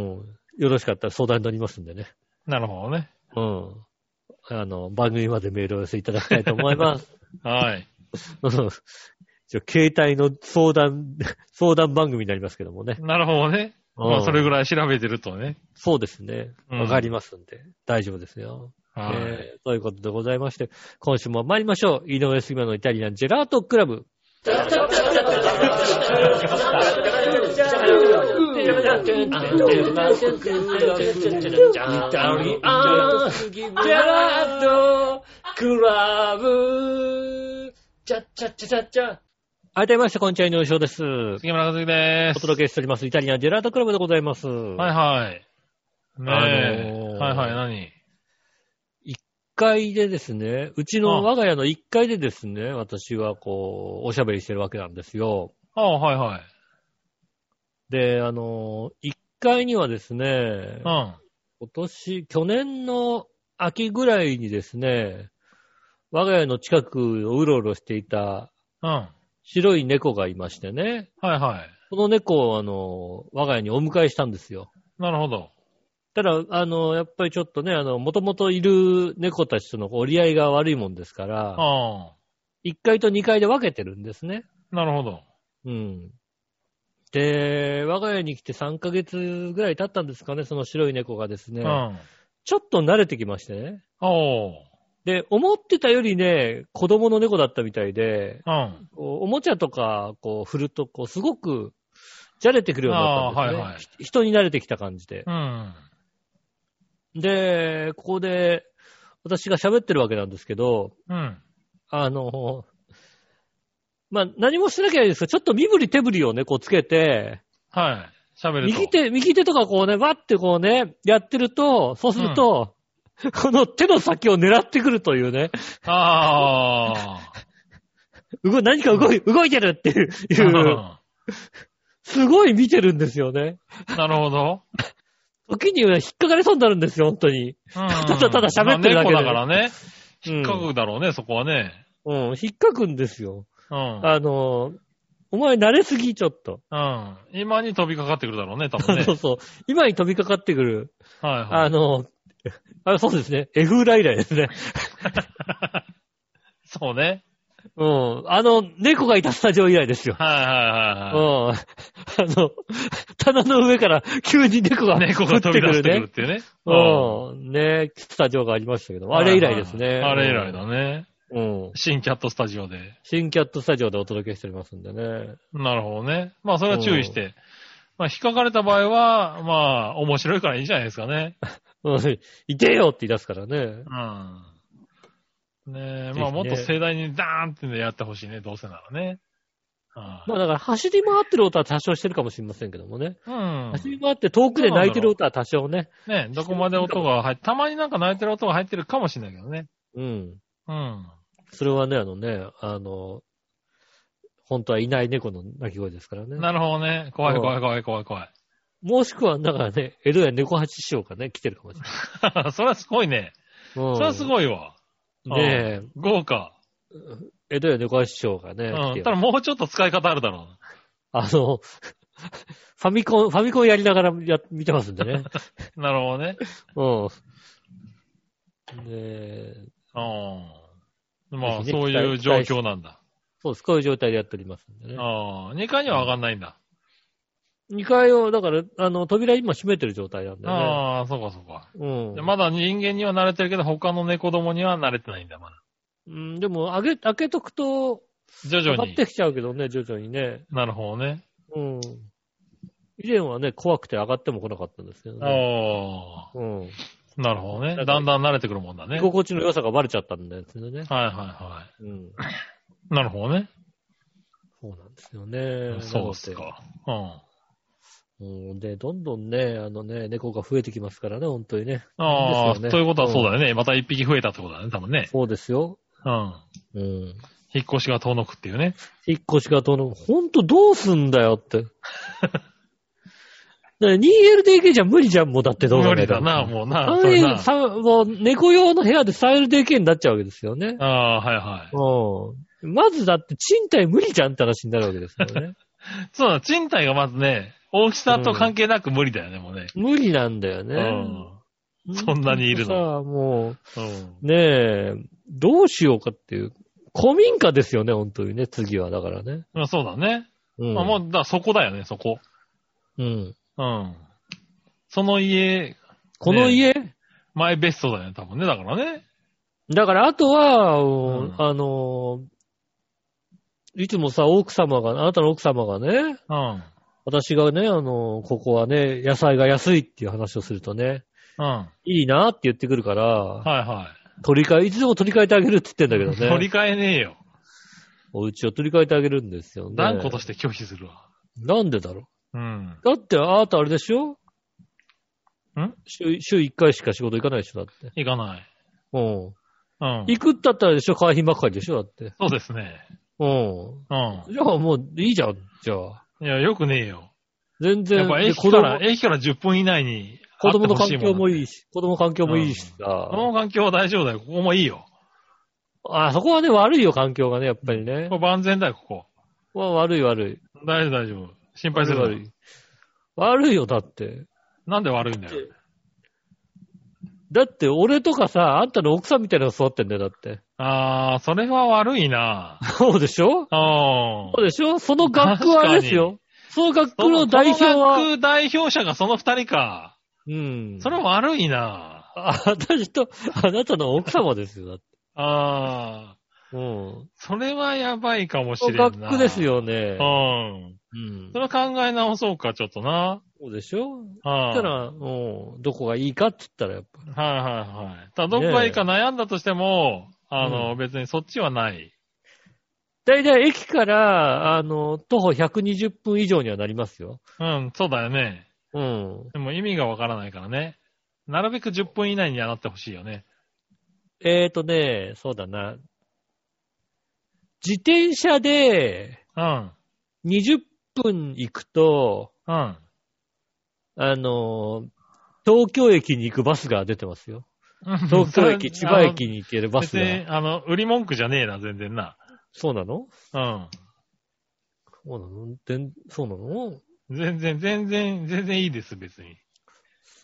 S2: よろしかったら相談に乗りますんでね。
S3: なるほどね。
S2: うん。あの、番組までメールをお寄せいただきたいと思います。
S3: はい。
S2: うん一応携帯の相談、 相談番組になりますけどもね。
S3: なるほどね。ま
S2: う
S3: あ、
S2: ん
S3: それぐらい調べてるとね。
S2: そうですね。
S3: うん
S2: わかりますんで、大丈夫ですよ。
S3: はい。
S2: えーということでございまして、今週も参りましょう。井上杉村のイタリアンジェラートクラブ。あいたいました、こんにちは、井上翔です。
S3: 杉村和樹で
S2: お
S3: す。
S2: 届けしております、イタリアンジェラートクラブでございます。
S3: はいはい。ねえ。
S2: あのー
S3: はいはい、何
S2: 1階でですね、うち
S3: あ
S2: の我が家の1階でですね、私はこう、おしゃべりしてるわけなんですよ。
S3: ああ、はいはい。
S2: で、あの、1階にはですね
S3: う、ん。
S2: 今年、去年の秋ぐらいにですね、我が家の近くをうろうろしていた
S3: うん。は
S2: 白い猫がいましてね、
S3: いはい。
S2: その猫をあの、我が家にお迎えしたんですよ。
S3: なるほど。
S2: ただ、あの、やっぱりちょっとね、あの、もともといる猫たちとの折り合いが悪いもんですから、
S3: あ
S2: 1階と2階で分けてるんですね。
S3: あ、なるほど。
S2: うん。で、我が家に来て3ヶ月ぐらい経ったんですかね、その白い猫がです
S3: う
S2: ね。
S3: ん。あ
S2: ちょっと慣れてきましてね。
S3: お
S2: で、思ってたよりね、子供の猫だったみたいで、
S3: うん。
S2: こうおもちゃとか、こう、振ると、こう、すごく、じゃれてくるようになったんですね。
S3: あーはいはい
S2: ひ人に慣れてきた感じで。
S3: うん。
S2: で、ここで、私が喋ってるわけなんですけど、
S3: うん。
S2: あの、まあ、何もしなきゃいいですけど、ちょっと身振り手振りをね、こうつけて、
S3: はい。喋ると。
S2: 右。手、右手とかこうね、わってこうね、やってると、そうすると、 この手の先を狙ってくるというね、
S3: あ
S2: うご何か動い、動いてるって い う、
S3: あ。
S2: いうすごい見てるんですよね。
S3: なるほど。
S2: 時には引っかかりそうになるんですよ、本当に。
S3: た
S2: だただ喋ってるだけで
S3: 猫だからね。
S2: うん
S3: 引っかくだろうね、そこはね。
S2: うん、引っかくんですよ。
S3: うん。
S2: あの、お前慣れすぎ、ちょっと。
S3: うん。今に飛びかかってくるだろうね、多分ね
S2: そ。うそう。今に飛びかかってくる。
S3: はいは
S2: あ
S3: い。
S2: の、あそうですね。エフライライですね。
S3: そうね。
S2: うん。あの、猫がいたスタジオ以来ですよ。
S3: はいはいはいはい。
S2: うん。あの、棚の上から急に猫が
S3: 猫が飛び出してくるっ
S2: ね。
S3: ていうね。
S2: うん。ねスタジオがありましたけど、あれ以来ですね。
S3: あれ以来だね。
S2: うん。
S3: 新キャットスタジオで。
S2: 新キャットスタジオでお届けしておりますんでね。
S3: なるほどね。まあ、それは注意して。まあ、引っかかれた場合は、まあ、面白いからいいじゃないですかね。
S2: うん。いてよって言い出すからね。
S3: うん。ねえ、
S2: ひね
S3: まあ、もっと盛大にダーンってねやってほしいね、どうせならね。は
S2: まあだから走り回ってる音は多少してるかもしれませんけどもね。
S3: いうん。
S2: 走り回って遠くで泣いてる音は多少ね。
S3: ねえどこまで音が入って、たまになんか泣いてる音が入ってるかもしれないけどね。
S2: うん。
S3: うん。
S2: それはね、あのね、あの、本当はいない猫の鳴き声ですからね。
S3: なるほどね。怖い
S2: うん
S3: 怖い怖い怖い怖い。
S2: もしくは、だからね、江戸や猫八師匠がね、来てるかもしれない。
S3: それはすごいね。
S2: そ
S3: それはす
S2: い。
S3: ごいわ。
S2: ねえ、
S3: 豪華。
S2: 江戸や猫八師匠が
S3: う
S2: ね、来
S3: ん。
S2: て
S3: た
S2: る
S3: だもうちょっと使い方あるだろ
S2: あの、ファミコン、ファミコンやりながらや見てますんで ね。
S3: う。なるほどね。
S2: うん。ねえ、
S3: うん。まあ、
S2: ぜひね
S3: そういう
S2: 期
S3: 状
S2: 待
S3: 況なんだ。
S2: そうです。こういう状態でやっておりますんでね。
S3: ああ、2階には上がんないんだ。
S2: 2階を、だから、あの、扉今閉めてる状態なんだよね。
S3: ああ、そうかそうか。
S2: うん
S3: で。まだ人間には慣れてるけど、他の猫どもには慣れてないんだ、まだ。
S2: うん、でも、開け、開けとくと、
S3: 徐
S2: 上
S3: 々
S2: がっ
S3: に。
S2: てきちゃうけどね、徐々にね。
S3: なるほどね。
S2: うん。以前はね、怖くて上がっても来なかったんですけどね。
S3: あ
S2: うん。
S3: あ、なるほどね。
S2: だから
S3: だんだん慣れてくるもんだね。
S2: 居
S3: はい
S2: 心地の良さがバレちゃったんですよね。
S3: はいは
S2: うん。
S3: い。なるほどね。
S2: そうなんですよね。
S3: そうっすか。うん。
S2: なので。うん。で、どんどんね、あのね、猫が増えてきますからね、本当にね。
S3: あ
S2: で
S3: あ、
S2: すよね
S3: ということはそうだよね。また一匹増えたってことだね、多分ね。
S2: そうですよ。
S3: うん。
S2: うん。
S3: 引っ越しが遠のくっていうね。
S2: 引っ越しがどうの、ほんとどうすんだよって。 ね 2LDK じゃ無理じゃん、もうだってどう考
S3: 無
S2: え
S3: 理
S2: た
S3: だ
S2: ら
S3: な、もうな。それ
S2: 3
S3: な。
S2: もう猫用の部屋で 3LDK になっちゃうわけですよね。
S3: ああ、はいはい。
S2: うん。まずだって賃貸無理じゃんって話になるわけですよ ね。
S3: そうだ、賃貸がまずね、大きさと関係なく無理だよね、もうね。
S2: 無理なんだよ
S3: う
S2: ね。
S3: ん。そんなにいるの
S2: さあ、も
S3: うん。
S2: う、ねえ、どうしようかっていう。古民家ですよね、本当にね、次は。だからね。
S3: まあそうだね。
S2: うん。
S3: まあもう、だからそこだよね、そこ。
S2: うん、
S3: うん。その家、
S2: この家、
S3: マイベストだよね、多分ね。だからね。
S2: だから、あとは、
S3: ん
S2: あの、いつもさ、奥様が、あなたの奥様がね、
S3: うん。
S2: 私がね、あの、ここはね、野菜が安いっていう話をするとね、
S3: うん。はい
S2: いなって言ってくるから、
S3: は
S2: 取り替え、いつでも取り替えてあげるって言ってんだ
S3: い。
S2: けどね。
S3: 取り替えねえよ。
S2: お家を取り替えてあげるんですよね。
S3: 断固として拒否するわ。
S2: なんでだろ
S3: うん。
S2: う。だって、あなたあれでしょ
S3: ん
S2: 週、週1回しか仕事行かないでしょだって。
S3: 行かない。
S2: うん。
S3: うん。
S2: 行くったったらでしょ会費ばっかりでしょだって。
S3: そうですね。
S2: う
S3: う
S2: ん。
S3: ん
S2: じゃあもういいじゃん、じゃあ。。
S3: いや、よくねえよ。
S2: 全然。
S3: やっぱ
S2: で
S3: 駅
S2: 子
S3: か
S2: 供
S3: ら、駅から10分以内に。
S2: 子供の環境もい
S3: い。
S2: いし、子供の環境もいいしさ
S3: 子。供の環境は大丈夫だよ。ここもいいよ。
S2: あ、そこはね、悪いよ、環境がね、やっぱりね
S3: こ。れ万全だよ、こ
S2: わ悪い悪い。
S3: こ。大丈夫、大丈夫。心配
S2: 悪
S3: す
S2: い
S3: る
S2: 悪
S3: な。
S2: い。悪いよ、だって。
S3: なんで悪いんだよ。
S2: だって、俺とかさ、あんたの奥さんみたいなのが座ってんだよ、だ って。
S3: あー、それは悪いな。
S2: そうでしょ
S3: うん
S2: そう。でしょその学区はあれですよ。その学区の代表
S3: その
S2: は、
S3: 学代表者がその二人か。
S2: うん。
S3: それは悪いな。
S2: あ、私と、あなたの奥様ですよ、だって。
S3: あ
S2: うん。
S3: ー、それはやばいかもし
S2: そ
S3: れん
S2: の
S3: な。
S2: 学区です。よね
S3: う。ん。
S2: うん
S3: そ。れは考え直そうか、ちょっとな。
S2: そうでしょ
S3: は
S2: だか。
S3: い
S2: ら、うん、どこがいいかって言ったら、やっぱ。
S3: はいはいはい。ただ、どこがいいか悩んだとしても、あの、
S2: う
S3: 別にそっちはない。
S2: だいたい駅から、あの、徒歩120分以上にはなりますよ。
S3: うん、そうだよね。
S2: うん。
S3: でも意味がわからないからね。なるべく10分以内にはなってほしいよね。
S2: えーとね、そうだな。自転車で
S3: うん、
S2: 20分行くと、
S3: うん。
S2: あの、東京駅に行くバスが出てます よ。東京 駅、千
S3: それ
S2: 葉駅に行ける
S3: あの
S2: バス
S3: 別に
S2: が。
S3: あの、売り文句じゃねえな、全然な。
S2: そうなの
S3: うん。
S2: そうなのでんそうなの
S3: 全然、全然、全然いいです、別に。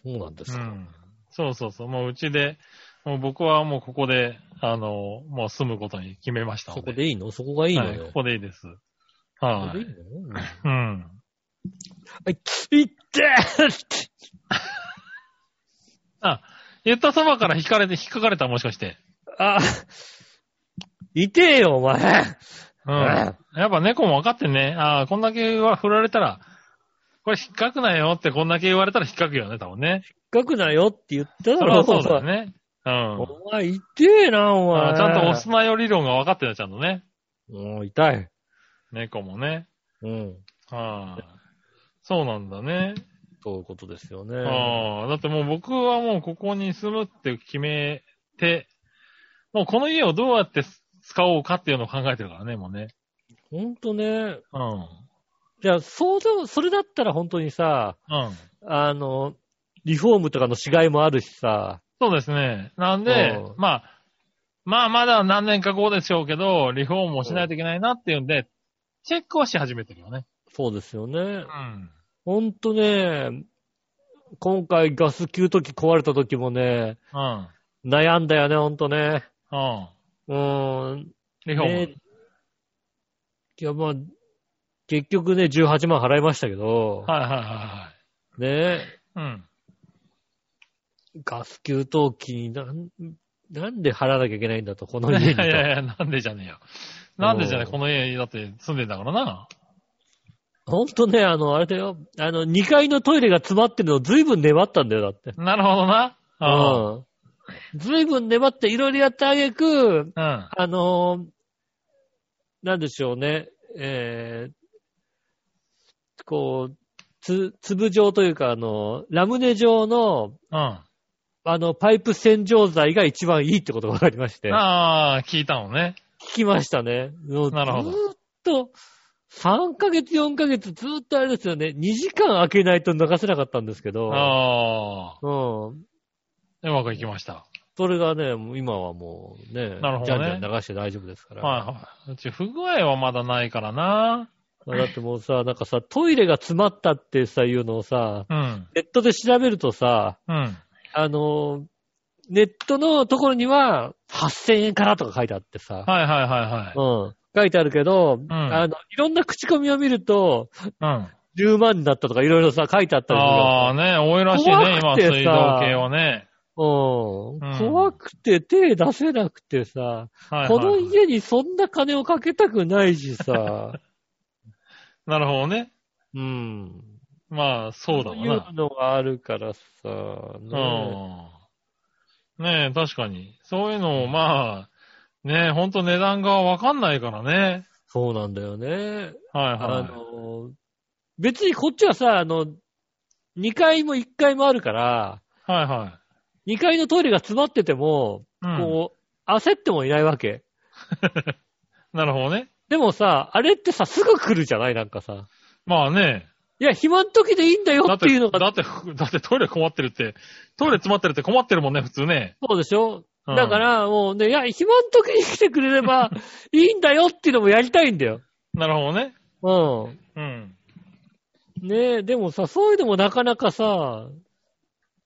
S2: そうなんで
S3: う
S2: すか。
S3: ん。そうそうそう。もううちで、もう僕はもうここで、あの、もう住むことに決めましたの
S2: そ
S3: で。
S2: こでいいのそこがいいの
S3: はい
S2: よ。
S3: ここでいいです。
S2: そこ
S3: は
S2: でいい
S3: い。
S2: の
S3: うん。
S2: はい、いってー
S3: 言ったそばから引かれて、引っかかれたもしかして。
S2: あ、いてえよ、お前。
S3: うん。
S2: え
S3: やっぱ猫も分かってんね。ああ、こんだけは振られたら、これ引っかくなよってこんだけ言われたら引っかくよね、多分ね。
S2: 書くなよって言った
S3: それ
S2: ら
S3: はそうだよね。うん。
S2: お前、痛えな、お前。
S3: あーちゃんと押すなよ理論が分かってるよ、ちゃんとね。
S2: もう痛い。
S3: 猫もね。
S2: うん。
S3: はいそうなんだね。
S2: そういうことですよね。
S3: ああ、だってもう僕はもうここに住むって決めて、もうこの家をどうやって使おうかっていうのを考えてるからね、もうね。
S2: ほんとね。
S3: うん。
S2: じゃあ、そうだ、それだったら本当にさ、
S3: うん。
S2: あの、リフォームとかのしがいもあるしさ、
S3: そうですね。なんで
S2: うん、
S3: まあ、まあまだ何年か後でしょうけど、リフォームをしないといけないなっていうんで、チェックをし始めてるよね。
S2: そうですよね
S3: う。ん。
S2: ほんとね、今回ガス給湯器壊れた時もね、
S3: うん。
S2: 悩んだよね、ほんとね。
S3: うん。
S2: うーん。
S3: リフォーム。
S2: ねいや、まあ、結局ね、18万払いましたけど、
S3: はいはいは
S2: ね
S3: いはい。うん。
S2: ガス給湯器になん、なんで払わなきゃいけないんだと、この
S3: い
S2: 家に
S3: やい
S2: と。
S3: やいや、なんでじゃねえよ。なんでじゃねえ、
S2: おー
S3: この家だって住んでんだからな。
S2: ほんとね、あの、あれだよ、あの、2階のトイレが詰まってるのずいぶん粘ったんだよ、だって。
S3: なるほどな。あ
S2: うん。ずいぶん粘っていろいろやってあげく、
S3: あ
S2: あのーなんでしょうね、えー、こう、つ、粒状というか、あの、ラムネ状の、
S3: うん。うん。
S2: あの、パイプ洗浄剤が一番いいってことが分かりまして、聞
S3: ああ、聞いたのね。
S2: きましたね。
S3: なるほど
S2: ずーっと、3ヶ月、4ヶ月、ずーっとあれですよね、2時間空けないと流せなかったんですけど、
S3: あ
S2: うん。
S3: あ、うまくいきました。
S2: それがね、もう今はもうね、
S3: なるほどね
S2: じゃんじゃん流して大丈夫ですから。
S3: はいはい。うち不具合はまだないからな。
S2: だってもうさ、なんかさ、トイレが詰まったってさ、いうのをさ、
S3: うん。
S2: ネットで調べるとさ、
S3: うん。
S2: あのー、ネットのところには、8000円からとか書いてあってさ、
S3: はいはいは
S2: うん。書いてあるけど、あの、いろんな口コミを見ると、
S3: いはい。うん。
S2: 10万になったとかいろいろさ、書いてあったりする
S3: ああ、ね、多いらしいね、今、
S2: 怖くてさ
S3: 水道系はね。
S2: よ。うん。
S3: うん
S2: 怖くて手出せなくてさ、
S3: はいはい
S2: この家にそんな金をかけたくないし さ、
S3: なるほどね。
S2: うん。
S3: まあ、そう
S2: そ
S3: だ
S2: う
S3: わ
S2: いう
S3: な。
S2: のがあるからさ、ね
S3: うん。ねえ、確かに。そういうのを、まあ、ねえ、ほんと値段がわかんないからね。
S2: そうなんだよね。
S3: はい
S2: あ
S3: は
S2: の、別にこっちはさ、あの、2階も1階もあるから、
S3: い。はいは
S2: 2階のトイレが詰まってても、
S3: い。うん。
S2: こう、焦ってもいないわけ。
S3: なるほどね。
S2: でもさ、あれってさ、すぐ来るじゃないなんかさ。
S3: まあね。
S2: いや、暇の時でいいんだよ
S3: だっ
S2: ってい
S3: て、
S2: うの
S3: だ
S2: が、
S3: って、 だってトイレ困ってるって、トイレ詰まってるって困ってるもんね、普通ね。
S2: そうでしょ、
S3: うん
S2: だから、もうね、いや、暇の時に来てくれれ ばいいんだよっていうのもやりたいんだよ。
S3: なるほどね。
S2: う
S3: うん。
S2: ん。ねえ、でもさ、そういうのもなかなかさ、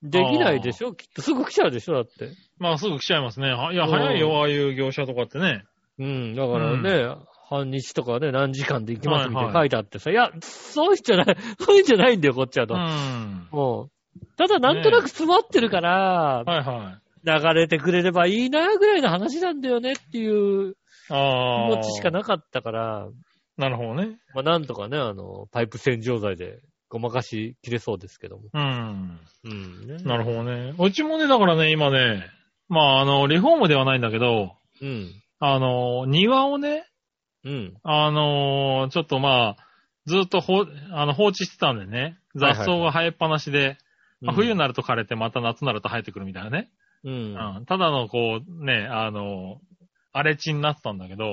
S2: できないでしょきっとすぐ来ちゃうでしょだって。
S3: まあ、すぐ来ちゃいますね。はいや、
S2: うん
S3: 早いよ、ああいう業者とかってね。
S2: うん、だからね、半日とかね、何時間で行きますみたいな
S3: は
S2: い
S3: は
S2: 書いてあってさ、いや、そういうんじゃない、 そういうんじゃないんだよ、こっちは
S3: う
S2: と。
S3: ん。
S2: うんただ、なんとなく詰まってるから、
S3: はいはい。
S2: 流れてくれればいいな、ぐらいの話なんだよねっていう気
S3: ああ。
S2: 持ちしかなかったから、
S3: なるほどね。
S2: まあ、なんとかね、あの、パイプ洗浄剤でごまかしきれそうですけども。
S3: うん。
S2: うん、ね。
S3: なるほどね。うちもね、だからね、今ね、まあ、あの、リフォームではないんだけど、
S2: うん。
S3: あの、庭をね、
S2: うん。
S3: あの、ちょっとまあ、ずっとほあの放置してたんでね、雑草が生えっぱなしで、まあ冬になると枯れて、また夏になると生えてくるみたいなね。
S2: うん。うん。は
S3: うんただのこう、ね、あの、荒れ地になってたんだけど、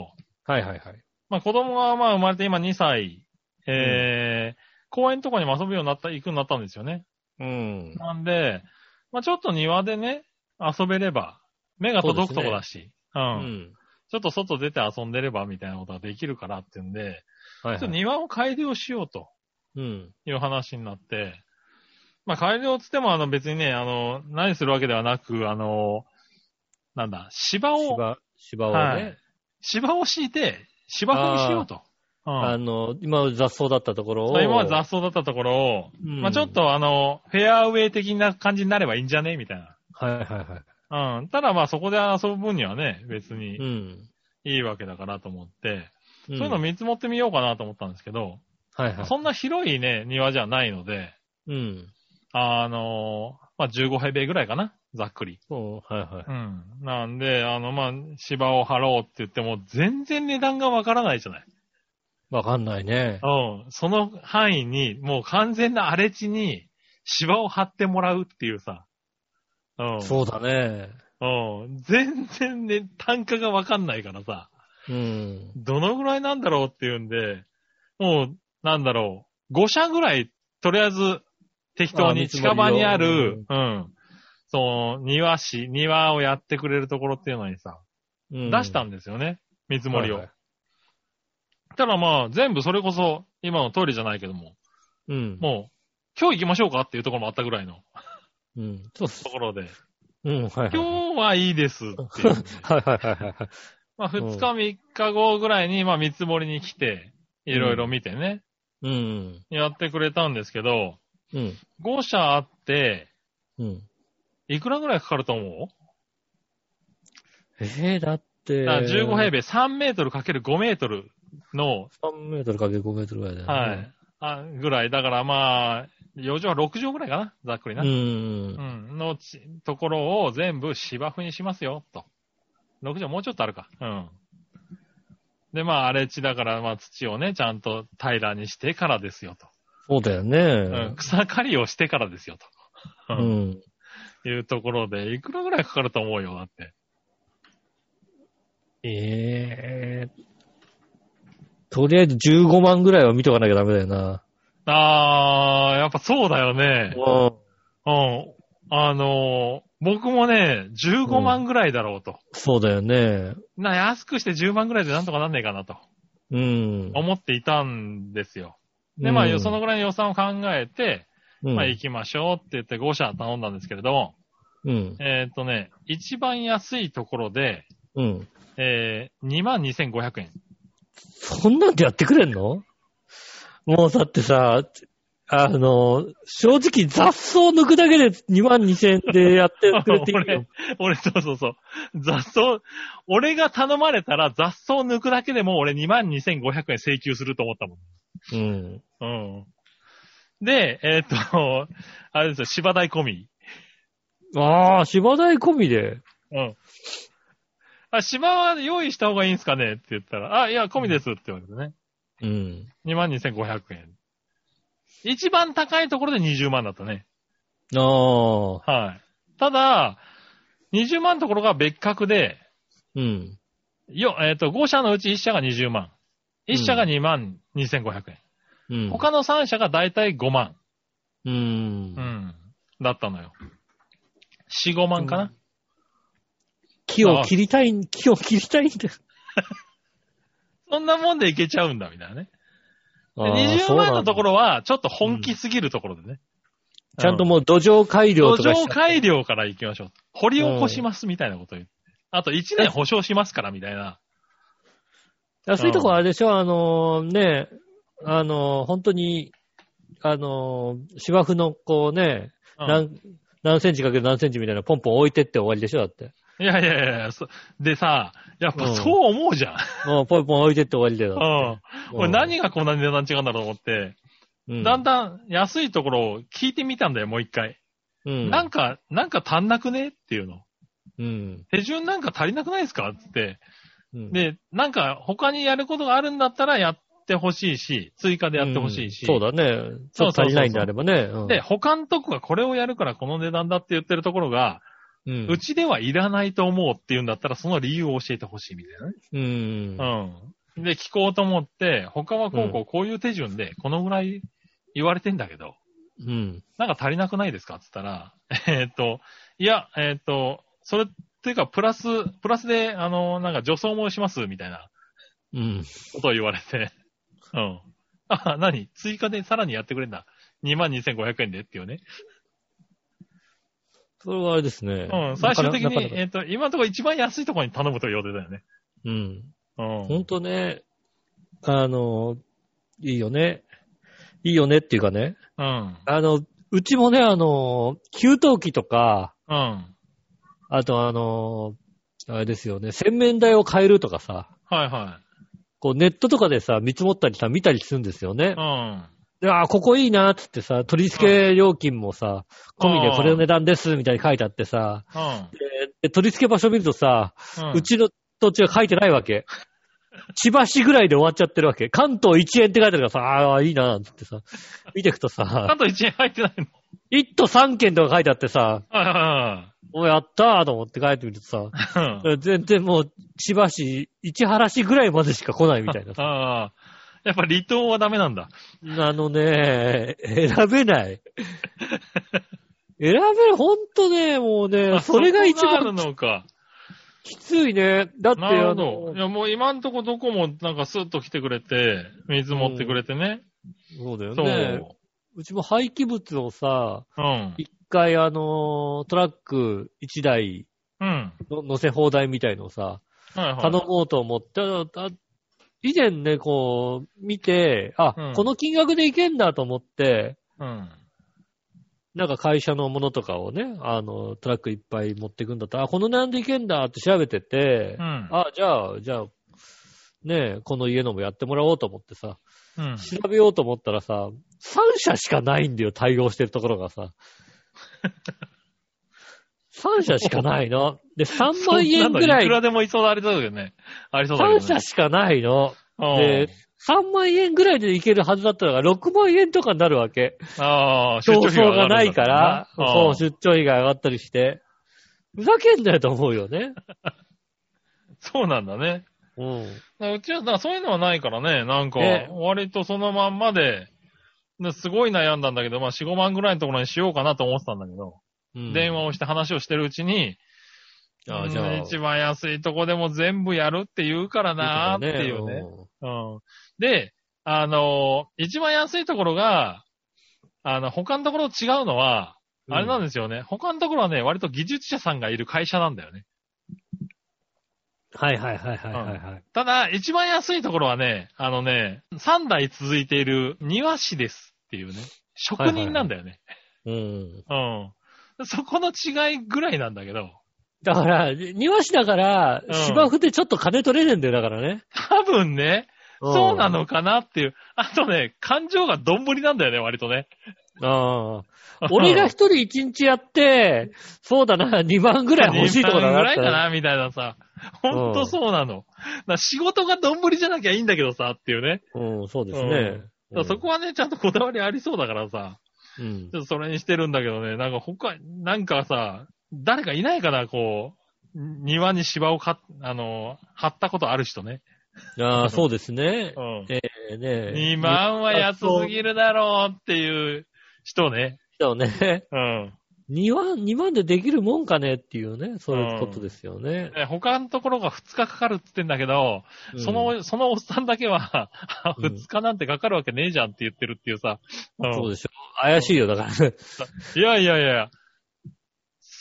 S2: いはいはい。
S3: まあ子供がまあ生まれて今2歳、えー公園とかにも遊ぶようになった、行くようになったんですよね。
S2: うん。
S3: なんで、まあちょっと庭でね、遊べれば、目が届くとこだし、う、
S2: うんん。
S3: ちょっと外出て遊んでればみたいなことができるからっていうんで、
S2: は
S3: ちょ
S2: いは
S3: っと
S2: い。
S3: 庭を改良しようと
S2: うん。
S3: いう話になって、まあ改良っつってもあの別にね、あの、何するわけではなく、あの、なんだ、芝を、
S2: 芝、芝をね、
S3: はい芝を敷いて、芝生にしようと。うん
S2: あの、今は雑草だったところ
S3: そ
S2: を。
S3: う今まで雑草だったところを、
S2: うん
S3: まあちょっとあの、フェアウェイ的な感じになればいいんじゃねみたいな。
S2: はいはいは
S3: うん。ただまあそこで遊ぶ分にはね、別
S2: い。う
S3: に
S2: ん。
S3: いいわけだからと思って、
S2: そ
S3: そういうの見積もってみようかなと思ったんですけど、
S2: はいはい。
S3: そんな広いね、庭じゃないので、
S2: うん。
S3: あの、まあ15平米ぐらいかな、ざっくり。
S2: そう、はいはい。
S3: うん。なんで、あの、まあ、芝を張ろうって言っても、全然値段がわからないじゃない。
S2: わかんないね。
S3: うん。その範囲に、もう完全な荒れ地に芝を張ってもらうっていうさ。うん。
S2: そうだね。
S3: うん。全然ね、単価がわかんないからさ、
S2: うん。
S3: どのぐらいなんだろうっていうんで、もう、なんだろう、5社ぐらい、とりあえず、適当
S2: あ
S3: に
S2: 見積もりを
S3: 近場にある、うん。その、庭師、庭をやってくれるところっていうのにさ、
S2: 出
S3: 出した
S2: ん
S3: んですよね。見積もりを。ただまあ、全部それこそ、今の通りじゃないけども、
S2: うん。
S3: もう、今日行きましょうかっていうところもあったぐらいの
S2: うん。そうっす
S3: と。ころで、
S2: うん、はいはい。
S3: 今日はいいですって いう。
S2: はいはいはいはい。
S3: まあ、2日3日後ぐらいに、まあ、見積もりに来て、いろいろ見てね、
S2: うん。
S3: やってくれたんですけど、
S2: うん。
S3: 5社あって、
S2: うん。
S3: いくらぐらいかかると思
S2: ええだって。
S3: う、だから ?15 平米3メートルかける5メートルの、
S2: 3メートルかけ5メートルぐらいだよね。
S3: はい。あぐらい。だからまあ、4畳、6畳ぐらいかなざっくりな。
S2: うん。
S3: うん、のちところを全部芝生にしますよ、と。6畳もうちょっとあるか。うん。で、まあ、荒れ地だから、まあ、土をね、ちゃんと平らにしてからですよ、と。
S2: そうだよ
S3: うん
S2: ね。
S3: 草刈りをしてからですよ、
S2: う
S3: と。
S2: ん。
S3: いうところで、いくらぐらいかかると思うよ、だって。
S2: ええとりあえず15万ぐらいは見とかなきゃダメだよな。
S3: あー、やっぱそうだよね。
S2: うん。
S3: うん。あのー僕もね、15万ぐらいだろうと。
S2: そうだよね。
S3: な、安くして10万ぐらいでなんとかなんねえかなと
S2: うん。
S3: 思っていたんですよ。で、ま
S2: う
S3: あ、
S2: ん
S3: その、ぐらいの予算を考えて、
S2: うん、
S3: まあ、行きましょうって言って5社頼んだんですけれども、
S2: うん。
S3: えーっとね、一番安いところで、
S2: うん。
S3: えー、22,500円。
S2: そんなんでやってくれんのもうだってさ、あの、正直雑草抜くだけで2万2000円でやってくれていい よ。
S3: 俺、そうそうそう。雑草、俺が頼まれたら雑草抜くだけでも俺22,500円請求すると思ったも
S2: うん。
S3: ん。うん。で、えーっと、 あれですよ、芝台込み。
S2: ああ、芝台込みで。
S3: うん。あ、芝は用意した方がいいんですかねって言ったら、あ、いや、込みですって言われてね。
S2: うん。
S3: 22,500円。一番高いところで20万だったね。
S2: ああ、
S3: はい。ただ、20万のところが別格で、
S2: うん。
S3: よ、えっ、と、5社のうち1社が20万。1社が2万2500円。
S2: うん。
S3: 他の3社がだいたい5万。
S2: う。
S3: うんん。だったのよ。4、5万かな、
S2: 木を切りたい、木を切りたいんだよ。
S3: そんなもんでいけちゃうんだ、みたいなね。で
S2: あー
S3: 20万のとこ。
S2: そうなんだ
S3: ろは、ちょっと本気すぎるところでね。
S2: ちゃんと
S3: う
S2: もう土壌改良と
S3: 土
S2: か
S3: 壌
S2: して。
S3: 改良から行きましょう。掘り起こしますみたいなこと言って。あと1年保証しますからみたいな。
S2: 安いところあれでしょあのー、ね、あのー、本当に、あのー、芝生のこうね、
S3: うん
S2: 何、何センチかける何センチみたいなポンポン置いてって終わりでしょだって。
S3: いやいやいやいやそでさ、やっぱそう思うじゃん。
S2: もうポンポン置いてって終わりだ
S3: う
S2: よ。
S3: ん。俺何がこんなに値段違うんだろうと思って、
S2: うん、
S3: だん
S2: だ、
S3: だん安いところを聞いてみたんだよ、もう一回。
S2: うん、
S3: なんか、なんか足んなくねっていうの。
S2: うん、
S3: 手順なんか足りなくないですかつって。
S2: うん、
S3: で、なんか他にやることがあるんだったらやってほしいし、追加でやってほしいし。
S2: うんそうだね。ちょっと足りないんであればね。うん
S3: で、、他のとこがこれをやるからこの値段だって言ってるところが、
S2: うん
S3: うちではいらないと思うっていうんだったら、その理由を教えてほしいみたい
S2: うん。
S3: なね。うん。で、聞こうと思って、他はこうこ
S2: う
S3: う、こういう手順で、このぐらい言われてんだけど、
S2: うん。
S3: なんか足りなくないですかって言ったら、 えーっと、いや、えーっと、それっていうか、プラス、プラスで、あの、なんか助走もします、みたいな
S2: うん。
S3: ことを言われて、うん。あ、何追加でさらにやってくれんだ。22,500円でっていうね。
S2: それはあれですね。
S3: うん。最終的
S2: なかなか
S3: に、えーっと、今のところ一番安いところに頼むという予定だよね。
S2: うん。
S3: うん。
S2: ほんとね、あの、いいよね。いいよねっていうかね。
S3: うん。
S2: あの、うちもね、あの、給湯器とか、
S3: うん。
S2: あとあの、あれですよね、洗面台を変えるとかさ、
S3: はいは
S2: こうネットとかでさ、見積もったりさ、見たりするんですよね
S3: い。う。ん。
S2: で、あー、ここいいなーっつってさ、取り付け料金もさ、込みでこれの値段です、みたいに書いてあってさ、
S3: う
S2: でで取り付け場所見るとさ、
S3: ん。
S2: うちの土地は書いてないわ け。千葉市ぐらいで終わっちゃってるわけ。関東1円って書いてあるからさ、ああー、いいな、なんつってさ、見てくと
S3: あ
S2: さ、
S3: と1円入ってないの。
S2: 1都3県とか書いてあってさ、
S3: は
S2: おやったーと思って書いてみるとさ、
S3: いはいはい。。
S2: 全然もう、千葉市、市原市ぐらいまでしか来ないみたいな
S3: ああ。やっぱ離島はダメなんだ。
S2: あのね、選べない。選べる、ほんとね、もうね、
S3: あ
S2: それが一
S3: そこある
S2: 番
S3: のか。
S2: きついね。だって、
S3: なる
S2: あ
S3: ほど。
S2: の
S3: い、や、もう今んとこどこもなんかスッと来てくれて、水持ってくれてね。
S2: そうだよ
S3: そう。
S2: ね。うちも廃棄物をさ、
S3: うん。
S2: 一回あの、トラック一台
S3: うん。
S2: の乗せ放題みたいのをさ、
S3: はいはい。
S2: 頼もうと思って、あ以前ね、こう、見て、あ、
S3: うん
S2: この金額でいけんだと思って、
S3: うん。
S2: なんか会社のものとかをね、あの、トラックいっぱい持ってくんだったら、あ、この値段でいけんだって調べてて
S3: う、ん。
S2: あ、じゃあ、じゃあ、ねえ、この家のもやってもらおうと思ってさ、
S3: うん。
S2: 調べようと思ったらさ、3社しかないんだよ、対応してるところがさ。3社しかないの。で、3万円ぐら
S3: そんなのい
S2: い
S3: く、らでもいそうだ、ありそうだけどね。ありそうだけど
S2: 3
S3: ね。
S2: 社しかないの。
S3: うん
S2: で、3万円ぐらいでいけるはずだったのが、6万円とかになるわけ。
S3: ああ、出
S2: 競
S3: 張
S2: 争が
S3: 費が上が
S2: な
S3: る
S2: い
S3: んだ
S2: か
S3: った
S2: ら
S3: ら、な
S2: そうう、
S3: ん
S2: 出張費が上がったりして。ふざけんなよと思うよ ね。
S3: そうなんだね。
S2: うん。
S3: だからうちは、だからそういうのはないからね、なんか
S2: ね、
S3: 割とそのまんまで、ですごい悩んだんだけど、まあ4、5万ぐらいのところにしようかなと思ってたんだけど、
S2: うん
S3: 電話をして話をしてるうちに、
S2: あー
S3: うん
S2: じゃあ
S3: 一番安いとこでも全部やるって言うからなーっていうね。うん。で、あのー一番安いところが、あの、他のところと違うのは、
S2: うん
S3: あれなんですよね。他のところはね、割と技術者さんがいる会社なんだよね。
S2: はいはいはいはいはいはい。
S3: ただ、一番安いところはね、あのね、3代続いている庭師ですっていうね、職人なんだよね。
S2: うん。
S3: うん。そこの違いぐらいなんだけど、
S2: だから、庭師だから
S3: う、ん
S2: 芝生でちょっと金取れねえんだよ、だからね。
S3: 多分ね、
S2: ん
S3: そうなのかなっていう。あとね、感情がどんぶりなんだよね、割とね。
S2: ああ。俺が一人一日やって、そうだな、2万ぐらい欲しいとこだな
S3: 2ぐ
S2: っ
S3: らい
S2: て。
S3: かな、みたいなさ。ほんとそうなの。だから仕事がどんぶりじゃなきゃいいんだけどさ、っていうね。
S2: うん、そうです
S3: うん
S2: ね。
S3: だからそこはね、ちゃんとこだわりありそうだからさ。
S2: うん
S3: ち。ょっとそれにしてるんだけどね、なんか他、なんかさ、誰かいないかな、こう、庭に芝をか、あの、張ったことある人ね。
S2: ああ、そうですね
S3: う。ん。
S2: えーね
S3: 2万は安すぎるだろうっていう人ね。
S2: だよね。
S3: うん。
S2: 2万、2万でできるもんかねっていうね、そういうことですよね。
S3: ね他のところが2日かかるって言ってんだけど、
S2: うん
S3: そ、の、そのおっさんだけは、
S2: うん
S3: 2日なんてかかるわけねえじゃんって言ってるっていうさ。うん
S2: そうでしょ。怪しいよ、だからね。
S3: いやいやいや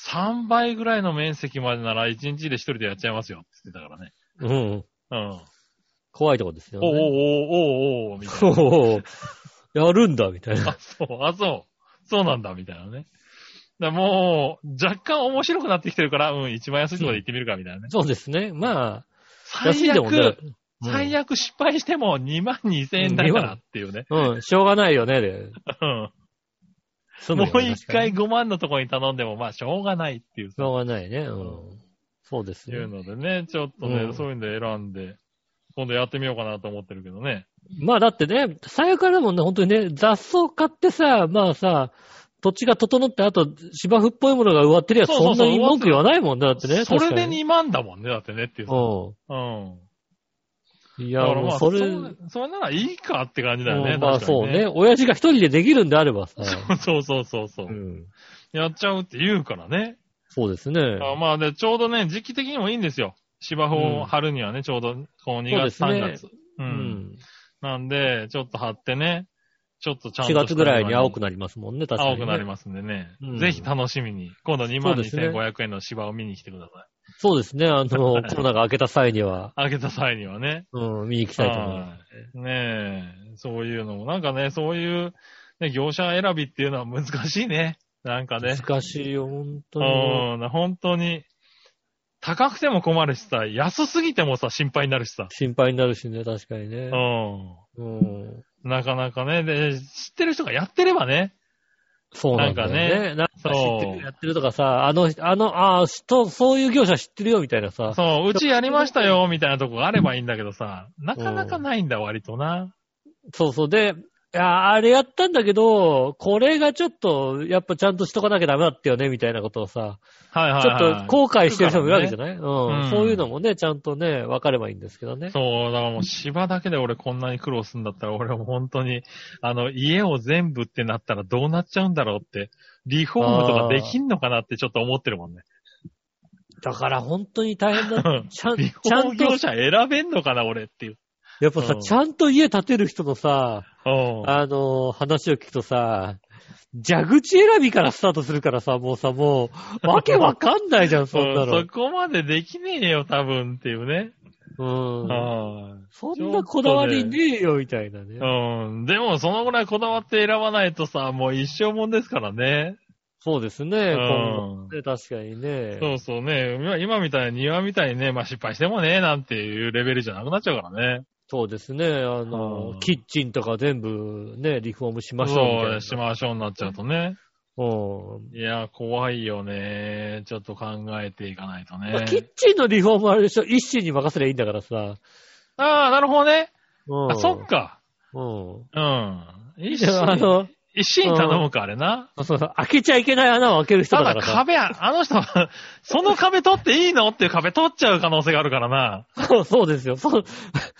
S3: 3倍ぐらいの面積までなら1日で1人でやっちゃいますよって言ってたからね。
S2: うん。
S3: うん。
S2: 怖いとこですよ
S3: おう
S2: ね。
S3: おうおうおうおうみたい
S2: おおやるんだ、みたいな
S3: な。。あ、そう、あ、そう。そうなんだ、みたいなね。だからもう、若干面白くなってきてるから、うん、一番安いところで行ってみるか、みたいなね。
S2: そうですね。まあ、
S3: 最悪、
S2: 安いでもね。うん
S3: 最悪失敗しても2万2000円だからっていうね。
S2: うん、しょうがないよね、で。
S3: うん。
S2: 済む
S3: も
S2: よね
S3: う一
S2: 確かに
S3: 回5万のところに頼んでも、まあ、しょうがないっていう
S2: しょうがないね。う。
S3: うん
S2: そうです
S3: いう
S2: ね。
S3: のでね、ちょっとね、
S2: うん
S3: そういうんで選んで、今度やってみようかなと思ってるけどね。
S2: まあだってね、最悪あれだもんね、本当にね、雑草買ってさ、まあさ、土地が整って、あと芝生っぽいものが植わってりゃ、
S3: そうそ
S2: そ
S3: うんそ
S2: な
S3: う
S2: に文句言わないもんね、だってね。
S3: それ
S2: 確か
S3: で。2万だもんね、だってねっていう。
S2: う
S3: うん。
S2: ん。い
S3: だ
S2: や、
S3: からま
S2: も
S3: あ、
S2: うそ
S3: そ
S2: れ、
S3: れ、それならいいかって感じだよね。
S2: うんまあ
S3: 確かに
S2: そうね。。親父が一人でできるんであればさ。
S3: そうそうそうそう、
S2: うん
S3: やっちゃうって言うからね。
S2: そうですね。
S3: あまあで、ちょうどね、時期的にもいいんですよ。芝生を張るにはね、ちょうど、こう2月、
S2: そうですね
S3: 3月。う。
S2: うんん。
S3: なんで、ちょっと張ってね、ちょっとちゃんと
S2: 4月ぐらいに青く
S3: な
S2: なりますもんね、確かに。
S3: 青くなり
S2: す。
S3: ますんでね。
S2: うん
S3: ぜひ楽しみに。今度2
S2: そ
S3: 万
S2: うですね
S3: 2500円の芝を見に来てください。
S2: そうですね、あ の、コロナが明けた際には、
S3: あげた際にはね。
S2: うん、見に行きたいと思います。
S3: はい。ねえ、そういうのも、なんかね、そういう、ね、業者選びっていうのは難しいね。なんかね。
S2: 難しいよ、本当に。
S3: うん、本当に。高くても困るしさ、安すぎてもさ、心配になるしさ。
S2: 心配になるしね、確かにね
S3: う。ん。
S2: うん。
S3: なかなかね、で、知ってる人がやってればね。
S2: そうなんだよね。なんか
S3: そう
S2: 知ってる、やってるとかさ、あの、あの、ああ、人、そういう業者知ってるよ、みたいなさ。
S3: そう、うちやりましたよ、みたいなとこがあればいいんだけどさ、なかなかないんだ、割とな。
S2: そうそう。で、いや、あれやったんだけど、これがちょっと、やっぱちゃんとしとかなきゃダメだったよね、みたいなことをさ、
S3: はいはい
S2: ち
S3: はい。
S2: ょっと後悔してる人もいるわけじゃない、うん、
S3: うん
S2: そういうのもね、ちゃんとね、分かればいいんですけどね。
S3: そう、だからもう芝だけで俺こんなに苦労するんだったら、俺もう本当に、あの、家を全部ってなったらどうなっちゃうんだろうって、リフォームとかできんのかなってちょっと思ってるもんね。
S2: だから本当に大変だ。ちゃん、ち
S3: リフ
S2: ゃ
S3: ォーム
S2: んと
S3: 業、者選べんのかな、俺っていう。
S2: やっぱさ、
S3: うん
S2: ちゃんと家建てる人のさ、
S3: うん。
S2: あのー話を聞くとさ、蛇口選びからスタートするからさ、もうさ、もう、わけわかんないじゃん、そんな
S3: うん
S2: の
S3: そ。こまでできねえよ、多分っていうね。
S2: うん。
S3: は
S2: そんなこだわりねえよ、みたいなね
S3: い。。うん。でも、そのぐらいこだわって選ばないとさ、もう一生もんですからね。
S2: そうです
S3: う
S2: ね、今
S3: ん
S2: 後。ね確かにね。
S3: そうそうね。今今みたいに、庭みたいにね、まあ失敗してもね、なんていうレベルじゃなくなっちゃうからね。
S2: そうですね。あの、
S3: うん
S2: キッチンとか全部ね、リフォームしましょうみたい
S3: そ
S2: な。
S3: う、しましょうになっちゃうとね。
S2: うん。
S3: いや、怖いよね。ちょっと考えていかないと
S2: まあキッ
S3: ね。
S2: チンのリフォームはあれでしょ、一心に任せりゃいいんだからさ。
S3: ああ、なるほどね。
S2: うん。
S3: あ、そっか。
S2: うん。
S3: うん。一
S2: で もあ
S3: 心、
S2: の、
S3: 一心に頼むか、あれな。
S2: そうそう、開けちゃいけない穴を開ける人
S3: た
S2: だか
S3: だ
S2: らさ。
S3: 壁、あの人は、 その壁取っていいのっていう壁取っちゃう可能性があるからな。
S2: そうそうですよ。そう、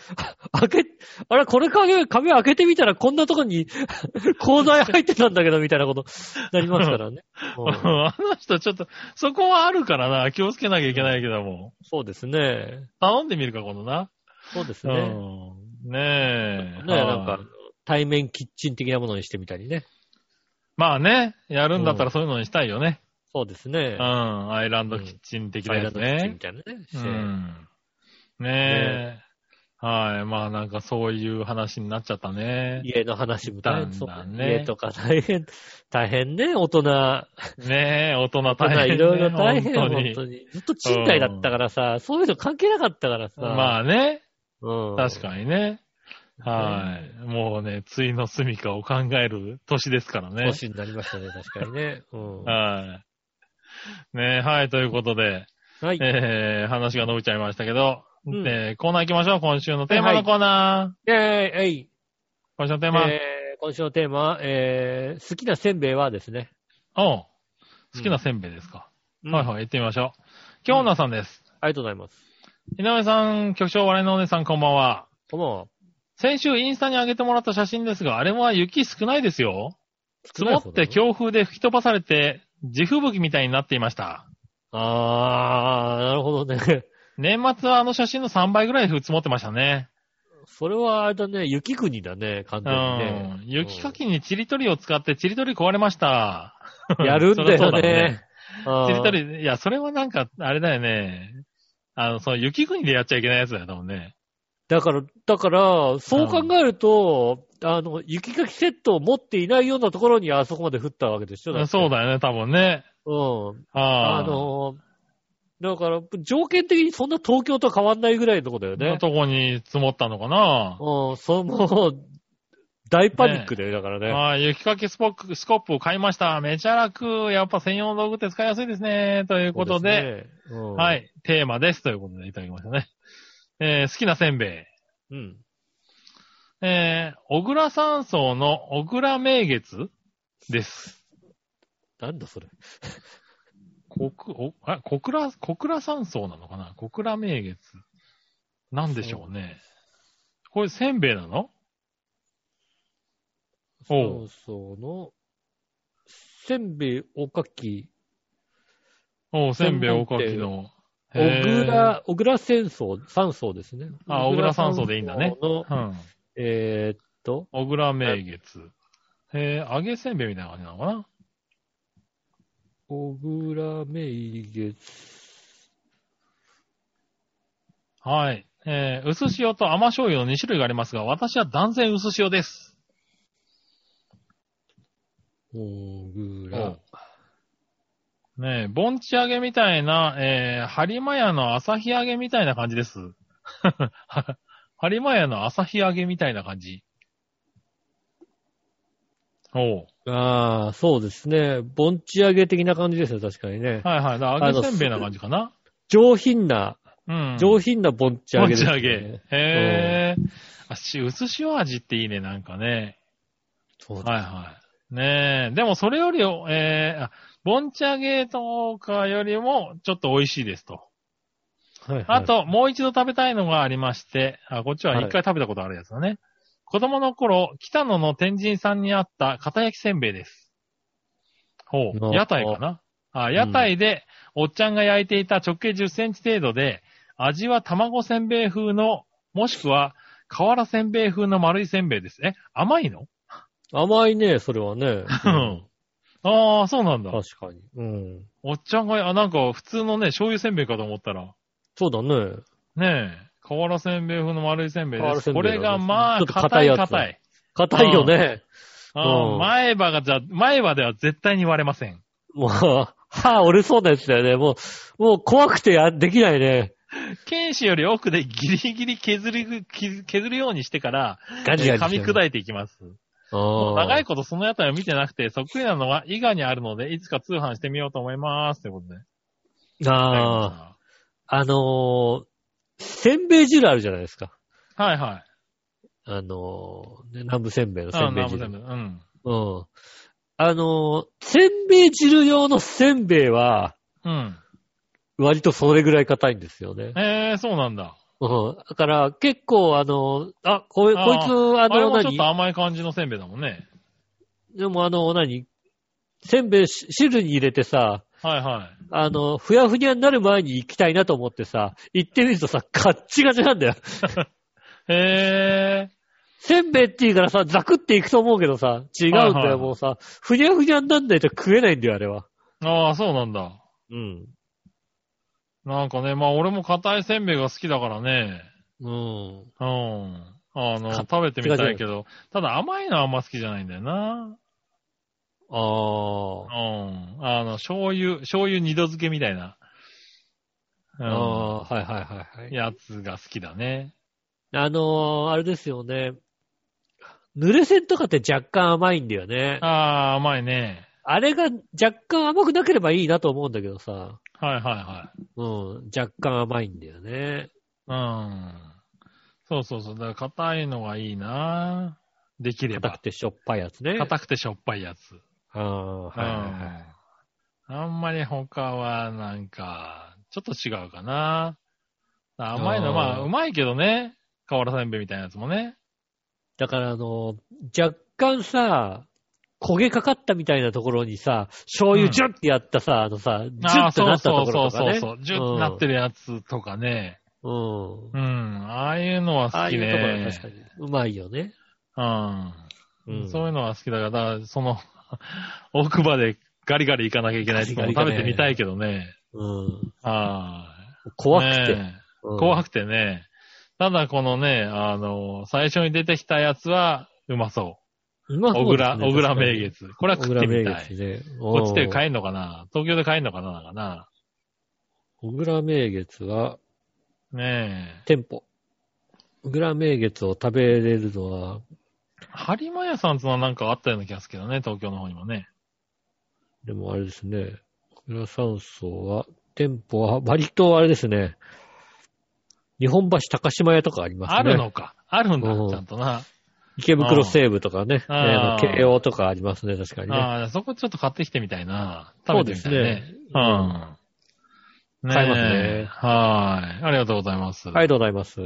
S2: 開け、あれ、これ壁、壁開けてみたらこんなとこに 鋼材入ってたんだけど、みたいなことになりますからね。
S3: う
S2: うんん
S3: あの人ちょっと、そこはあるからな。気をつけなきゃいけないけども。
S2: そうですね。
S3: 頼んでみるか、今度な。
S2: そうです
S3: う
S2: ね。
S3: ん。ねえ。
S2: ね
S3: はい
S2: なんか、対面キッチン的なものにしてみたりね。
S3: まあね、やるんだったらそういうのにしたいよね。
S2: そうですね
S3: う。ん。アイランドキッチン的な
S2: アイラ
S3: や
S2: ン
S3: つ
S2: ドキッチンみ
S3: ね。
S2: たいなね。
S3: う
S2: して
S3: ん。ねえ。はい。まあなんかそういう話になっちゃったね。
S2: 家の話も大変そう
S3: だ
S2: だ
S3: んだんね
S2: ね。家とか大変、大変ね、大人。大
S3: ねえ、大人
S2: 人
S3: 大変、ね。
S2: いろいろ大変、
S3: 本
S2: 本
S3: 当
S2: 当
S3: に。
S2: に。ずっと賃貸だったからさ、そういうの関係なかったからさ。
S3: まあね。
S2: うん、
S3: 確かにね。はい。もうね、ついの住みかを考える年ですからね。
S2: 年になりましたね、確かにね。うん、は
S3: はい。ねはい、ということで、
S2: い。
S3: えー、話が伸びちゃいましたけど、
S2: うん
S3: えーコーナー行きましょう、今週のテーマのコーナ
S2: えーえい
S3: ー。今週のテーマ、
S2: えー今週のテーマは、えー好きなせんべいはですね。
S3: おう好きなせんべいですか、はい
S2: い。
S3: はい、行ってみましょう。京奈さんです。
S2: ありがとうございます。
S3: 井上さん、局長、我のお姉さん、こんばんは。
S2: こんばんは。
S3: 先週インスタに上げてもらった写真ですが、あれは雪少ないですよ。積もって
S2: 日。
S3: 強風で吹き飛ばされて、地吹雪みたいになっていました。
S2: あー、なるほどね。
S3: 年末はあの写真の3倍ぐらい積もってましたね。
S2: それはあれだね、雪国だね、完
S3: う
S2: 全にね
S3: ん。。雪かきにちりとりを使って、ちりとり壊れました。
S2: うんやるんだ
S3: そりゃそ
S2: よ
S3: うだね
S2: ね。
S3: ちりと
S2: り。
S3: り、いや、それはなんか、あれだよね。あの、その雪国でやっちゃいけないやつだよ、多分ね。
S2: だから、だから、そう考えると、あの、雪かきセットを持っていないようなところにあそこまで降ったわけでしょ
S3: そうだよね、多分ね。
S2: よ。うん。
S3: あ
S2: あの、だから、条件的にそんな東京と変わんないぐらいのとこだよ
S3: ね、の
S2: ね。
S3: とこに積もったのかな。
S2: うん、その、大パニックだよ、だからね。
S3: まあ、雪かきスポックスコップを買いました。めちゃ楽。やっぱ専用の道具って使いやすいですね。ということで、
S2: そうすね、は。
S3: はいい、テーマです。ということでいただきましたね。えー好きなせんべい。
S2: うん。
S3: えー、小倉山荘の小倉名月です。
S2: なんだそれ。
S3: 国、お、あ、小倉、小倉山荘なのかな小倉名月。なんでしょうね。これせんべいなのお
S2: そ
S3: う
S2: うそうの、せんべいおかき、
S3: おうせんべいおかきの。
S2: 小倉、小倉戦争、三層ですね。
S3: あ小倉三層でいいんだね
S2: 小倉
S3: へー。
S2: 三層の
S3: うん。
S2: えーっと、
S3: 小倉名月。えー、揚げせんべいみたいな感じなのかな
S2: 小倉名月。
S3: はい。えー、薄塩と甘醤油の2種類がありますが、私は断然薄塩です。
S2: 小
S3: お
S2: 倉
S3: う。ねえ、盆地揚げみたいな、えー、播磨屋の朝日揚げみたいな感じです。 播磨屋の朝日揚げみたいな感じ。おう。
S2: ああ、そうですね。盆地揚げ的な感じですよ、確かにね。
S3: はいはい。だから揚げせんべいな感じかな。
S2: 上品な、
S3: うん。
S2: 上品な盆地揚げ
S3: 盆
S2: です、
S3: 地
S2: ね。
S3: 揚げ。へえ。あ、し、薄塩味っていいね、なんかね。
S2: そう
S3: はいはい。ねえ。でもそれよりを、えー、あ、盆地揚げとかよりも、ちょっと美味しいですと。
S2: はいはい
S3: あ、と、もう一度食べたいのがありまして、あ、こっちは一回食べたことあるやつだね。子供の頃、北野の天神さんにあった片焼きせんべいです。ほ
S2: な
S3: う、屋台かなあ、屋台で、おっちゃんが焼いていた直径10センチ程度で、味は卵せんべい風の、もしくは、瓦せんべい風の丸いせんべいです。え、甘いの
S2: 甘いね、それはね。
S3: うん。ああ、そうなんだ。
S2: 確かに。うん。
S3: おっちゃんが、あ、なんか普通のね、醤油せんべいかと思ったら、
S2: そうだね。
S3: ねえ、瓦せんべい風の丸いせんべいで
S2: 瓦せ
S3: す。
S2: んべ
S3: こ
S2: いだね
S3: れがま
S2: ちょ
S3: あ、
S2: っと硬いや
S3: 硬
S2: つ
S3: い硬い。
S2: 硬いよね。
S3: あ
S2: うん
S3: ー前歯がじゃ、前歯では絶対に割れません。
S2: もう、歯折れそうなやつだよね。もう、もう怖くてやできないね。
S3: 剣士より奥でギリギリ削り、削削るようにしてから、
S2: ガジガジ。
S3: 噛み砕いていきます。もう長
S2: 長
S3: いことその屋台を見てなくて、そっくりなのは伊賀にあるので、いつか通販してみようと思います。ということで。
S2: ああ、あのー、せんべい汁あるじゃないですか。
S3: はいはい。
S2: あのー、ね南部せんべいのせ
S3: うんん、
S2: べい
S3: なんも全
S2: 汁。
S3: 部。うん。
S2: うん。あのー、せんべい汁用のせんべいは、
S3: うん。
S2: 割とそれぐらい硬いんですよね。
S3: えー、そうなんだ。
S2: うん。だから、結構、あのー、あ、こい
S3: あー
S2: こいつ、あ
S3: あれ
S2: の、
S3: もちょっと
S2: 何
S3: 甘い感じのせんべいだもんね。
S2: でもあの、何せんべいし汁に入れてさ、
S3: はいは
S2: あの、ふやふにゃになる前に行きたいなと思ってさ、行ってみるとさ、カッチガチなんだよ。
S3: い。へ
S2: せんべいって言うからさ、ザクっていくと思うけどさ、違うんだよ、
S3: はいはい
S2: もうさ。ふにゃふにゃになんないと食えないんだよ、あれは。
S3: ー。ああ、そうなんだ。
S2: うん。
S3: なんかね、まあ俺も硬いせんべいが好きだからね。
S2: うん。
S3: うん。あの、
S2: か
S3: 食べてみたいけど、ただ甘いのはあんま好きじゃないんだよな。
S2: あ
S3: う
S2: あ。
S3: ん。あの、醤油、醤油二度漬けみたいな。うん
S2: ああー、はいはいはいはい。
S3: やつが好きだね。
S2: あのー、あれですよね。濡れ線とかって若干甘いんだよね。あ
S3: ああ、甘いね。
S2: れが若干甘くなければいいなと思うんだけどさ。
S3: はいはいはい。
S2: うん。若干甘いんだよね。
S3: うん。そうそうそう。だから硬いのがいいな。できれ
S2: 硬
S3: ば
S2: く。てしょっぱいやつね。
S3: 硬くてしょっぱいやつ。
S2: ああ、はいはいはい。
S3: うん。あんまり他はなんか、ちょっと違うかな。甘いの、
S2: あー
S3: まあ、うまいけどね。瓦せんべいみたいなやつもね。
S2: だから、あの、若干さ、焦げかかったみたいなところにさ、醤油
S3: うん
S2: ジュッってやったさ、あのさ、ジュッ
S3: ああ、
S2: て
S3: そ
S2: な
S3: う
S2: った
S3: そ
S2: と
S3: う
S2: こ
S3: そ
S2: ろ
S3: う
S2: とか
S3: そう
S2: ね。
S3: そう。ジュッてなってるやつとかね。
S2: うん。うん。
S3: うん。ああいうのは
S2: あ
S3: 好
S2: あい
S3: き
S2: う
S3: ね。
S2: ところは確かに。うまいよね。
S3: うん。
S2: うん。
S3: そういうのは好きだから、だからその、 奥歯でガリガリ行かなきゃいけないとこも食べてみたいけどね。
S2: うん、
S3: は
S2: 怖くて。
S3: ね
S2: う
S3: え
S2: ん
S3: 怖くてね。ただこのね、あの、最初に出てきたやつは、うまそうう。
S2: まそ
S3: 小
S2: うです
S3: 倉、
S2: ね
S3: 小倉名。月。これは
S2: 確かに小倉
S3: 食って
S2: 名
S3: みたい。
S2: 月ね。
S3: こっちで
S2: うん
S3: 買えんのかな東京で買えんのかなだか
S2: 小倉名月は、
S3: なね
S2: 店舗。小倉名月を食べれるのは、
S3: え。播磨屋さんってのはなんかあったような気がするけどね、東京の方にもね。
S2: でもあれですね、小倉山荘は、店舗は割とあれですね、日本橋高島屋とかありますね。
S3: あるのか。あるんだ
S2: う、ん
S3: ちゃんとな。
S2: 池袋西部とかね、
S3: あ
S2: あ
S3: ー
S2: の慶応とかありますね、確かにね。
S3: ああ、そこちょっと買ってきてみたいな。
S2: そ
S3: 食
S2: うで
S3: べてみ
S2: す
S3: たいね
S2: ね。。
S3: うん。ねえ
S2: 買えますね
S3: はーい。ありがとうございます。
S2: ありがとうございます。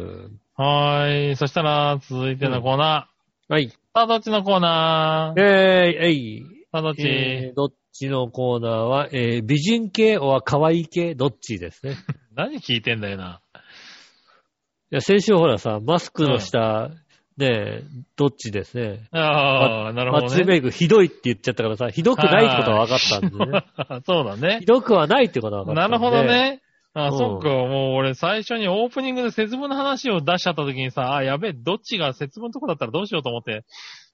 S3: はーい。そしたら、続いてのコーナ
S2: はい。
S3: ー。さあ、どっちのコーナ
S2: えー
S3: ー、
S2: えい。
S3: さあ、どっち、
S2: えーどっちのコーナーは、えー美人系は可愛い系どっちです ね。
S3: 何聞いてんだよな。
S2: いや、先週ほらさ、マスクの下、ねえ、どっちですね。
S3: ああ、なる
S2: マ
S3: ほ
S2: ッ
S3: ど
S2: チ
S3: ね。
S2: メイクひどいって言っちゃったからさ、ひどくないってことは分かったんでね。
S3: そうだね
S2: ひ。どくはないってことは分か
S3: な
S2: った
S3: る
S2: んで。
S3: ほど。ね。あ、
S2: うん
S3: そっか。もう俺最初にオープニングで節分の話を出しちゃった時にさ、あ、やべえ、どっちが節分のとこだったらどうしようと思って、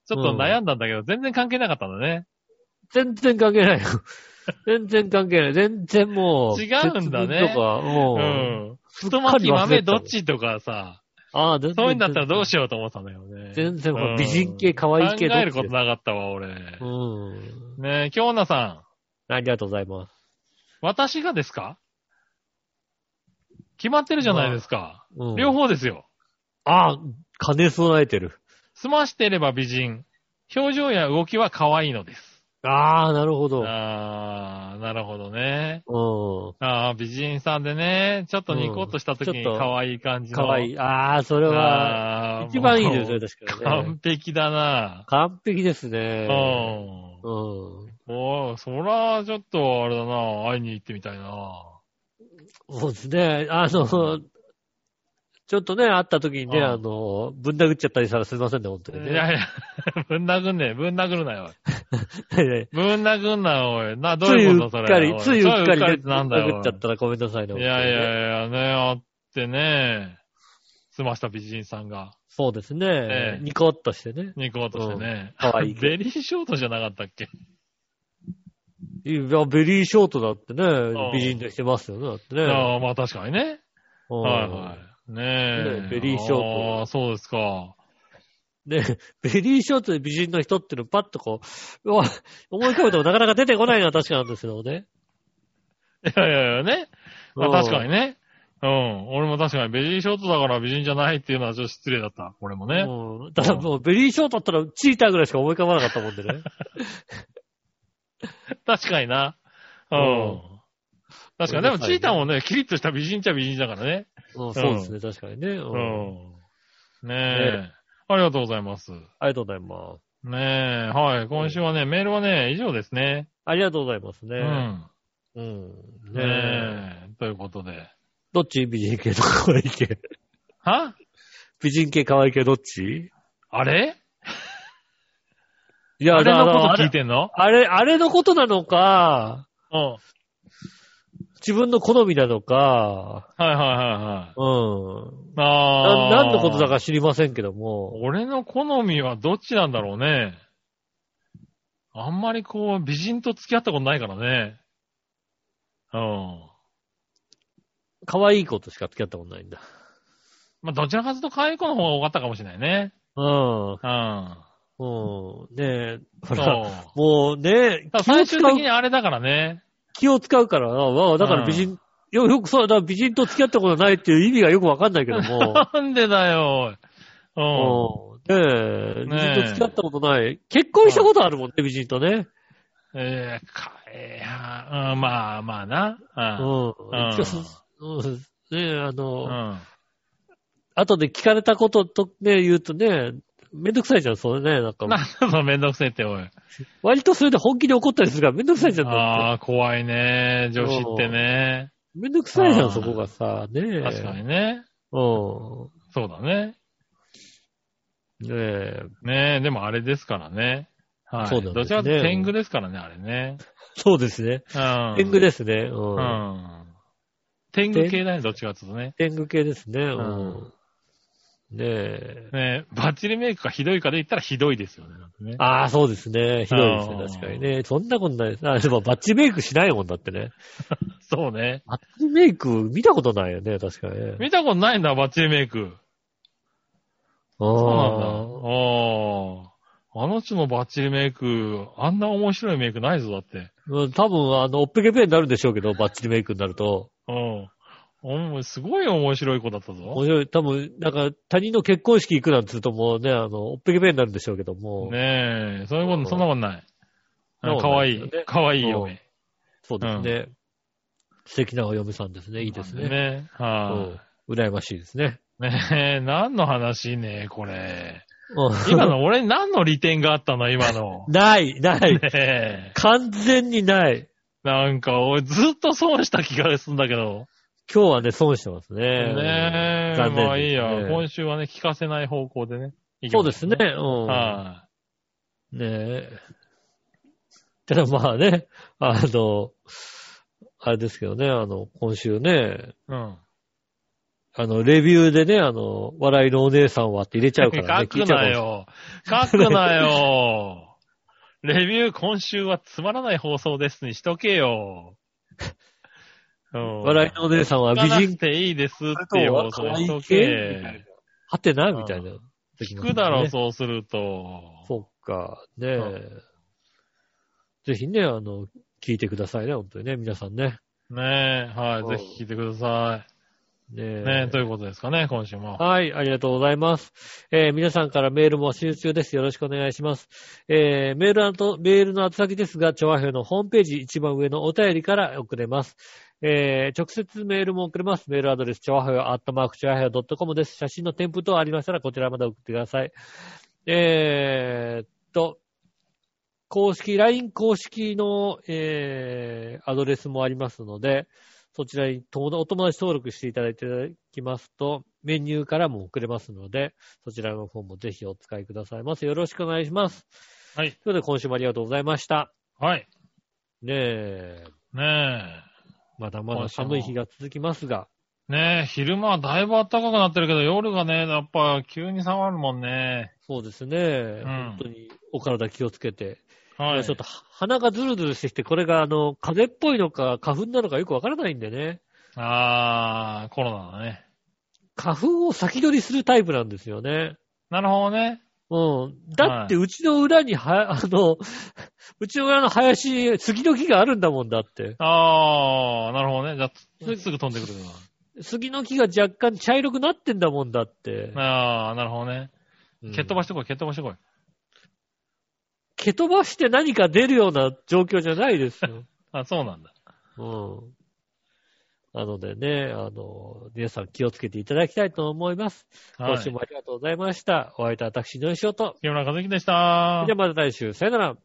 S3: ちょっと悩んだんだけど、全然関係なかったんだね。
S2: 全然関係ないよ。 全然関係ない。全然もう。
S3: 違うんだ
S2: 節分と
S3: ね
S2: か、もう。
S3: うんん。太巻き豆どっちとかさ、
S2: ああ、全然。
S3: そういうんだったらどうしようと思ったんだよね。
S2: 全然
S3: うん
S2: 美人系可愛い系どっち
S3: 考えることなかったわ、俺。
S2: うん。
S3: ねえ、京奈さん。
S2: ありがとうございます。
S3: 私がですか決まってるじゃないですか。
S2: うん
S3: 両。方ですよ。
S2: ああ、兼ね備えてる。
S3: 済ましていれば美人。表情や動きは可愛いのです。
S2: ああ、なるほど。
S3: あー、なるほどね。
S2: う
S3: あー、美人さんでね、ちょっとニコッとした時
S2: う
S3: に
S2: んちょっと
S3: 可愛い感じ
S2: ん。
S3: の。
S2: かわいい。ああ、それは、
S3: あー。
S2: 一番いいですよ、
S3: もう
S2: 確かにね
S3: 完。璧だな。
S2: 完璧です
S3: う
S2: ね。
S3: ん。
S2: うん。
S3: おー、そら、ちょっと、あれだな、会いに行ってみたいな。
S2: そうですね。あの、ちょっとね、会った時にね、
S3: うん
S2: あの、ぶん殴っちゃったりしたらすいませんね、本当に
S3: い
S2: ね。
S3: やいや、 ぶん殴んねえ、ぶん殴るなよ。ぶん殴んなよ、おい。な、ど
S2: つ
S3: う
S2: い
S3: いう
S2: う
S3: こ
S2: っ
S3: とそれ。
S2: かり、ついうっかり
S3: ついう
S2: ね
S3: っってなんだよ。
S2: 殴っちゃったらごめんなさいね。
S3: おいいやいやいや、ね、あってね。済ました美人さんが、
S2: そうですね。
S3: ええ
S2: ニコッとしてね。
S3: ニコッとしてね。
S2: うん可愛いけど
S3: ベリーショートじゃなかったっけ
S2: いや、ベリーショートだって
S3: ん
S2: ね、美人でしてますよね、だってね。
S3: ああ、まあ確かにね。
S2: うん
S3: はいはい。ねえ。
S2: ねベリーショート
S3: ああ、そうですか。
S2: ね、ベリーショートで美人の人っていうのパッとこう、うわ思い浮かべてもなかなか出てこないのは確かなんですけどね。
S3: いやいやいやね。 まあ
S2: うん
S3: 確かにね。うん。俺も確かにベリーショートだから美人じゃないっていうのはちょっと失礼だった。俺もね。
S2: うん。ただもうベリーショートだったらチーターぐらいしか思い浮かばなかったもんでね。
S3: 確かにな。 う
S2: うん
S3: ん。確かに。でもチーターもね、キリッとした美人っちゃ美人だからね。
S2: うん、そうですね、確かにね、うん
S3: うん。ね
S2: ね
S3: え。ありがとうございます。
S2: ありがとうございます。
S3: ねえ。はい。今週はね、メールはね、以上ですね。
S2: ありがとうございます
S3: う
S2: ね。
S3: ん。
S2: うん。ねえ。
S3: ねえ。ということで。
S2: どっち美人系と可愛い系。
S3: は
S2: 美人系可愛い系どっち
S3: あれ
S2: いや
S3: あれの
S2: だから
S3: こと聞いてんの
S2: あれ、あれのことなのか、
S3: うん。はい
S2: 自分の好みなのか、
S3: はいはいは
S2: うん。
S3: い。あ
S2: な
S3: あ。
S2: 何のことだか知りませんけども。
S3: 俺の好みはどっちなんだろうね。あんまりこう、美人と付き合ったことないからね。うん。
S2: 可愛い子としか付き合ったことないんだ。
S3: まあ、どちらかというと可愛い子の方が多かったかもしれないね。
S2: うん。
S3: うん。
S2: うん。ねえ、ほ
S3: そう。
S2: ら、もうね、
S3: ただ
S2: 気を
S3: 最
S2: 使
S3: 終的
S2: う、
S3: にあれだからね。
S2: 気を使うからな、わあだから美
S3: う
S2: 人、よよくそうだ、美人と付き合ったことないっていう意味がよくわかんないけど も。
S3: なんでだよ。おい
S2: うん。ねえ、美
S3: ね
S2: 人
S3: え
S2: と付き合ったことない。結婚したことあるもんね、美人とね。
S3: うん。えー、か、えー、うんまあまあな。
S2: うん。
S3: ううん
S2: 一応すうんねえ、あの、
S3: ん。うん。
S2: 後で聞かれたこととね、言うとね、めんどくさいじゃん、それね。なんか、
S3: なんだそのめんどくせえって、おい。
S2: 割とそれで本気で怒ったりするからめんどくさいじゃん。だって
S3: ああ、怖いね。女子ってね。
S2: めんどくさいじゃ
S3: あ
S2: ん、
S3: ー
S2: そこがさ、ねえ。
S3: 確かにね。
S2: う
S3: そうだね。
S2: ん。ねえ。
S3: ねえ、でもあれですからね。はい。
S2: そうなんですね
S3: どちらかというと天狗ですからね、あれね。
S2: そうですね。
S3: うん。
S2: 天狗ですね。
S3: う
S2: うん。
S3: ん。天狗系だね、どっちかというとね。
S2: 天狗系ですね。うんん。ねえ。
S3: ねえ、バッチリメイクかひどいかで言ったらひどいですよね。なんかね
S2: ああ、そうですね。ひどいです
S3: あー
S2: ね。確かにね。そんなことないです。あ、でもバッチメイクしないもんだってね。
S3: そうね。
S2: バッチメイク見たことないよね、確かにね。
S3: 見たことないんだ、バッチリメイク。そうなんだ。
S2: あ
S3: ああ。あの人のバッチリメイク、あんな面白いメイクないぞ、だって。
S2: あ。うん多分、あの、おっぺけぺになるんでしょうけど、バッチリメイクになると。
S3: うん。おもすごい面白い子だったぞ
S2: 面。白い。多分、なんか、他人の結婚式行くなんて言うともうね、あの、おっぺけぺになるんでしょうけども。
S3: ねえ、そういうこ
S2: うん
S3: と、そんなことない。
S2: そんなこと
S3: かわ
S2: ないで
S3: い
S2: すよ
S3: い
S2: ね、
S3: かわいい嫁。
S2: そうですね。素敵なお嫁さんですね。いい
S3: い
S2: ですね。
S3: ね。は
S2: うん羨ましいですね。
S3: い。ねえ、何の話ね、これ。
S2: うん。
S3: 今の、俺に何の利点があったの、今の
S2: ない、ない。
S3: ねえ。
S2: 完全にない。
S3: なんか、俺ずっと損した気がするんだけど。
S2: 今日はね、損してますね。
S3: ねえ、
S2: 残念ですね
S3: まあいいや。今週はね、聞かせない方向でね。行き
S2: そう
S3: ま
S2: で
S3: し
S2: す
S3: ょ
S2: ね。うん。
S3: は
S2: ねえ。ただまあね、あの、あれですけどね、あの、今週ね、
S3: い。うん。
S2: あの、レビューでね、あの、笑いのお姉さんはって入れちゃうからね、
S3: 書
S2: 聞い
S3: く
S2: ちゃうか
S3: な
S2: もしれない
S3: よ。書くなよ。 レビュー今週はつまらない放送ですにしとけよ。うん
S2: 笑いのお姉さんは美
S3: 聞かな
S2: 人
S3: くていいですっていう放送にしとけ。
S2: はてなみたいな。
S3: 聞くだろう、
S2: そ
S3: そうすると。
S2: うか。ねえ
S3: うん
S2: ぜひね、あの、聞いてくださいね、本当にね、皆さんね。
S3: ねえ、は
S2: う
S3: い、
S2: ん
S3: ぜひ聞いてくださ
S2: ね
S3: い。
S2: え
S3: ねえ、ということですかね、今週も。
S2: はい、ありがとうございます。えー皆さんからメールも集中です。よろしくお願いします。えーメールと、メールの宛先ですが、調和表のホームページ一番上のお便りから送れます。えー直接メールも送れます。メールアドレス、調和表、アットマーク、調和表 .com です。写真の添付等ありましたら、こちらまで送ってください。えーっと、公式、LINE 公式の、えーアドレスもありますので、そちらに友達お友達登録していただいていただきますと、メニューからも送れますので、そちらの方もぜひお使いくださいませ。よろしくお願いします。
S3: はい
S2: ということで、今週もありがとうございました。
S3: はい。
S2: ねえ、
S3: ねえ。
S2: まだまだ寒い日が続きますが、
S3: ねえ、昼間はだいぶ暖かくなってるけど、夜がね、やっぱ急に下がるもんね。
S2: そうですね。
S3: ん
S2: 本当にお体気をつけて。
S3: はい。
S2: ちょっと鼻がズルズルしてきて、これがあの、風邪っぽいのか花粉なのかよくわからないんでね。
S3: あー、コロナだね。
S2: 花粉を先取りするタイプなんですよね。
S3: なるほどね。
S2: うん。だって、うちの裏には、 あの、うちの裏の林、杉の木があるんだもんだって。
S3: あー、なるほどね。じゃあ、すぐ飛んでくる
S2: 杉の木が若干茶色くなってんだもんだって。
S3: な。あー、なるほどね。
S2: うん
S3: 蹴っ飛ばしてこい、蹴っ飛ばしてこい。
S2: 蹴飛ばして何か出るような状況じゃないです よ。
S3: あ、そうなんだ。
S2: うん。なのでね、あの、皆さん気をつけていただきたいと思います。
S3: はい
S2: 今週。もありがとうございました。お相手は私、のりしおと。
S3: 木村和之でした
S2: じゃあ。また来週、さよなら。